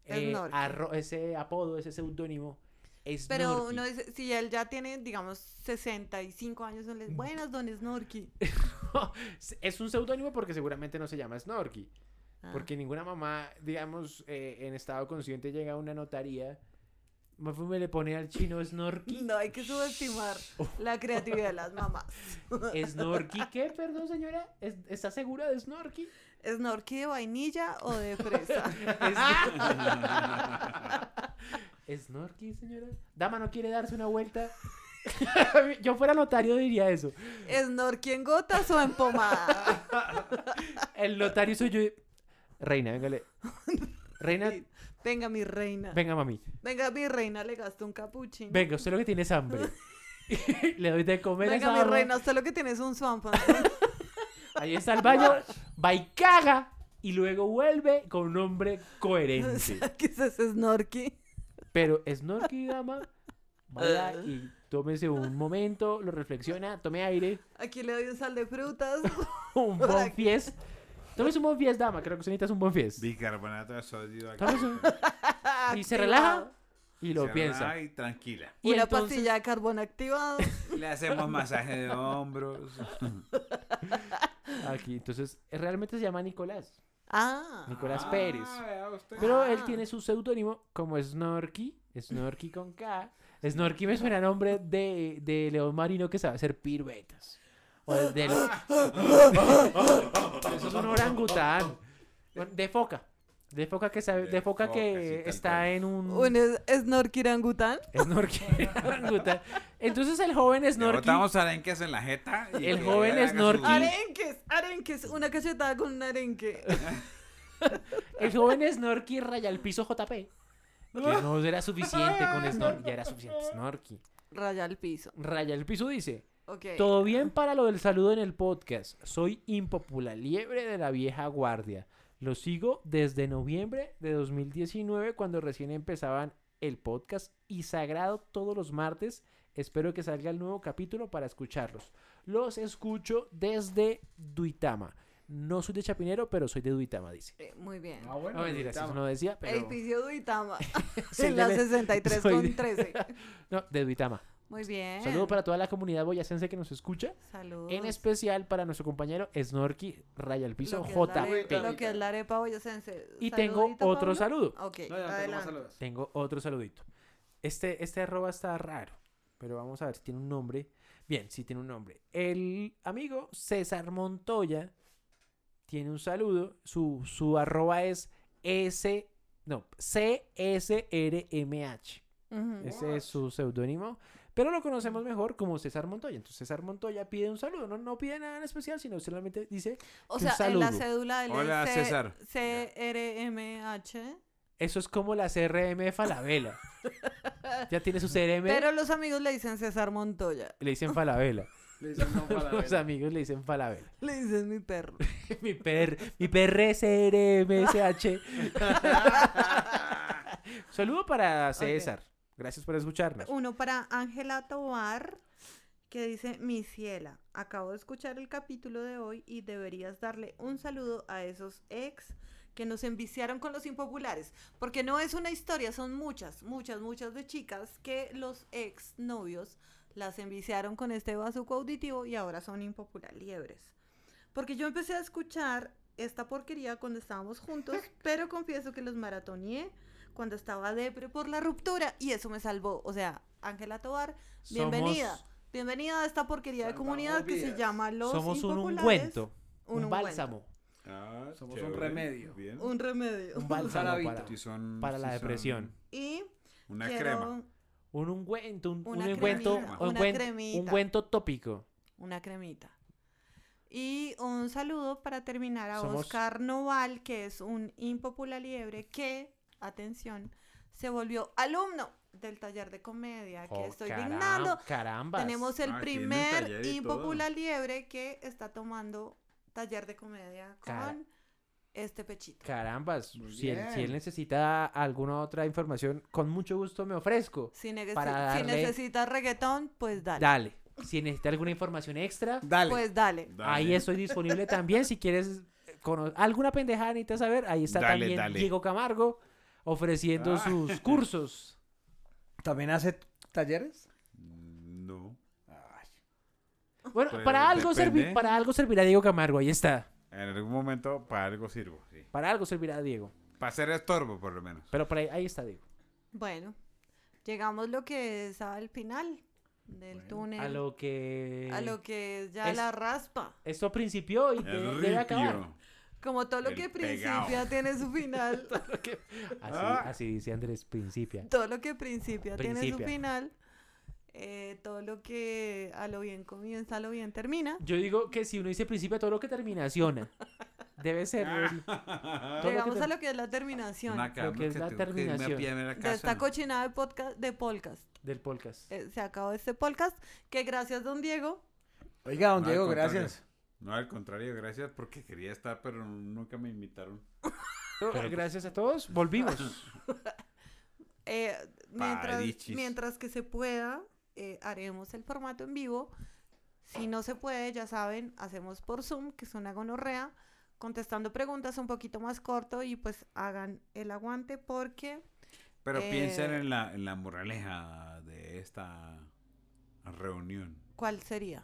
E: eh,
C: Snorky.
E: arro- ese apodo, ese seudónimo. Snorky.
C: Pero uno dice, si él ya tiene, digamos, 65 años, son les buenas, don Snorky.
E: Es un seudónimo porque seguramente no se llama Snorky.
C: Ah.
E: Porque ninguna mamá, digamos, eh, en estado consciente llega a una notaría. Me fue- me le pone al chino Snorky.
C: No hay que subestimar la creatividad de las mamás.
E: ¿Snorky qué? Perdón, señora. ¿Es- ¿Está segura de Snorky?
C: ¿Snorky de vainilla o de fresa?
E: ¿Snorky, señora? Dama, ¿no quiere darse una vuelta? Yo fuera notario diría eso.
C: ¿Snorky en gotas o en pomada?
E: El notario soy yo. y- Reina, véngale. Reina,
C: Venga, mi reina.
E: venga, mami.
C: Venga, mi reina, le gasto un capuchino.
E: Venga, usted lo que tiene es hambre. le doy de comer a
C: Venga,
E: esa
C: mi
E: barba.
C: reina, usted lo que tiene es un swamp.
E: Ahí está el baño, va y caga y luego vuelve con un hombre coherente.
C: ¿Qué es ese Snorky?
E: Pero Snorky Dama, vaya y tómese un momento, lo reflexiona, tome aire,
C: Aquí le doy un sal de frutas.
E: un buen fies. Tómese un buen fies, Dama, creo que usted necesita un buen fies.
B: Bicarbonato de sodio. aquí.
E: Tómese un, y se relaja y lo
B: Se
E: piensa.
B: relaja y tranquila.
C: Y una
E: entonces-
C: pastilla de carbón activado.
B: Le hacemos masaje de hombros.
E: Aquí, entonces, realmente se llama Nicolás.
C: Ah.
E: Nicolás
B: Ah,
E: Pérez.
B: vea usted.
E: Pero él tiene su seudónimo como Snorky, Snorky con K. Snorky me suena a nombre de, de León Marino que sabe hacer piruetas. O de, de- Eso es un orangután. Bueno, De foca. De foca que sabe, de foca que está en un
C: ¿Un e- es- snorkirangután?
E: Snorky. orangután. Entonces el joven
B: Le
E: Snorky,
B: botamos arenques en la jeta. y
E: El
B: que
E: joven
B: haga su-
E: Snorky-
C: Arenques, arenques. Una cachetada con un arenque.
E: el joven Snorky raya el piso JP. Que no era suficiente con Snorky, ya era suficiente Snorky.
C: Raya al piso.
E: Raya el piso dice,
C: Ok.
E: Todo bien para lo del saludo en el podcast. Soy impopular liebre de la vieja guardia. Lo sigo desde noviembre de 2019 cuando recién empezaban el podcast y sagrado todos los martes. Espero que salga el nuevo capítulo para escucharlos. Los escucho desde Duitama. No soy de Chapinero, pero soy de Duitama, dice.
C: Eh, Muy bien.
E: no, mentira, eso no decía, pero...
C: Edificio Duitama.
E: Sí,
C: en la
E: dale.
C: 63
E: Soy
C: con Eh.
E: de-
C: 13.
E: No, de Duitama.
C: Muy bien.
E: Saludo para toda la comunidad boyacense que nos escucha.
C: Saludos.
E: En especial para nuestro compañero Snorky Raya el Piso
C: Lo que es la
E: JP.
C: arepa- Lo que es la arepa boyacense.
E: Y tengo
C: Saludito,
E: otro
C: Pablo.
E: saludo.
C: Ok,
D: No, ya no tengo más
C: adelante.
D: saludos.
E: Tengo otro saludito. Este, este arroba está raro, pero vamos a ver si tiene un nombre. Bien, sí tiene un nombre. El amigo César Montoya tiene un saludo. Su, su arroba es S. No, CSRMH.
C: Ujú.
E: Ese es su seudónimo. Pero lo conocemos
C: Mm.
E: mejor como César Montoya. Entonces César Montoya pide un saludo. No, no pide nada en especial, sino solamente dice
C: O
E: que
C: sea,
E: un
C: en la
E: saludo.
C: cédula del
E: Hola, César.
C: CRMH.
E: Eso es como la CRM de Falabella. ya tiene su CRM.
C: Pero los amigos le dicen César Montoya.
E: Le dicen Falabella.
D: Le dicen no Falabella.
E: Los amigos le dicen Falabella.
C: Le dicen mi perro.
E: mi per, mi PRCRMSH. Saludo para César. Gracias por escucharnos.
C: Uno para Ángela Tobar, que dice, mi ciela, acabo de escuchar el capítulo de hoy y deberías darle un saludo a esos ex que nos enviciaron con los impopulares. Porque no es una historia, son muchas, muchas, muchas de chicas que los ex novios las enviciaron con este bazuco auditivo y ahora son impopular liebres. Porque yo empecé a escuchar esta porquería cuando estábamos juntos, pero confieso que los maratoneé cuando estaba depre por la ruptura y eso me salvó. O sea, Ángela Tobar, bienvenida.
E: Somos-
C: Bienvenida a esta porquería de comunidad que se
E: vidas.
C: llama Los
E: Somos un
C: Impopulares.
E: ungüento.
C: un
E: Un,
C: ungüento.
E: bálsamo.
B: Somos
D: un remedio.
C: Un remedio.
E: Un bálsamo para,
B: Sí son-
E: para la
B: sí son
E: depresión.
C: Y
B: Una
C: quiero
B: crema.
E: Un ungüento, un, un
C: Una
E: ungüento,
C: cremita,
E: un
C: una
E: ungüen-
C: cremita.
E: ungüento tópico.
C: una cremita. Y un saludo para terminar a
E: Somos-
C: Oscar Noval, que es un impopular liebre que, atención, se volvió alumno del taller de comedia que
E: Oh,
C: estoy
E: caram-
C: dignando.
E: carambas.
C: Tenemos el
E: Ah, tiene
C: primer
E: taller y todo.
C: impopular liebre que está tomando taller de comedia con
E: Cara-
C: este pechito.
E: Carambas, si él, si él
C: bien.
E: necesita alguna otra información, con mucho gusto me ofrezco.
C: Si, nege-
E: para
C: si
E: darle-
C: necesitas reggaetón, pues dale.
E: Dale. Si necesita alguna información extra,
C: Pues dale.
E: Ahí estoy disponible también. Si quieres eh, cono- alguna pendejada necesitas saber, ahí está
D: Dale,
E: también
D: dale.
E: Diego Camargo ofreciendo sus cursos.
D: ¿También hace talleres?
B: No.
E: Bueno,
B: Pues,
E: para algo servi-
B: depende.
E: para algo servirá Diego Camargo, ahí está.
B: En algún momento para algo sirvo, sí.
E: Para algo servirá Diego.
B: Para ser estorbo, por lo menos.
E: Pero por ahí, ahí está Diego.
C: Bueno, llegamos lo que es al final del túnel.
E: A lo que
C: a lo que es ya
E: es-
C: la raspa.
E: esto principió y de-
B: El
E: debe acabar.
B: ripio.
C: Como todo lo
E: El
C: que
E: pegao.
C: principia tiene su final.
E: Así, así dice Andrés Principia.
C: Todo lo que principia, tiene su
E: Principia.
C: final. Eh, todo lo que a lo bien comienza, a lo bien termina.
E: Yo digo que si uno dice principio, todo lo que terminaciona debe ser. el- todo
C: Llegamos
E: ter-
C: a lo que es la terminación
E: Lo que es la terminación
C: de esta cochinada de podcast. De podcast.
E: del podcast.
C: Eh, se acabó este podcast. Que gracias, don Diego.
D: Oiga, don
B: No, al
D: Diego,
B: contrario.
D: gracias.
B: No, al contrario, gracias porque quería estar, pero nunca me invitaron.
E: Pero gracias a todos, volvimos.
C: Eh, mientras,
B: Parichis.
C: mientras que se pueda, eh, haremos el formato en vivo. Si no se puede, ya saben, hacemos por Zoom, que es una gonorrea, contestando preguntas un poquito más corto y pues hagan el aguante porque
B: Pero
C: Eh,
B: piensen en la, en la moraleja de esta reunión.
C: ¿Cuál sería?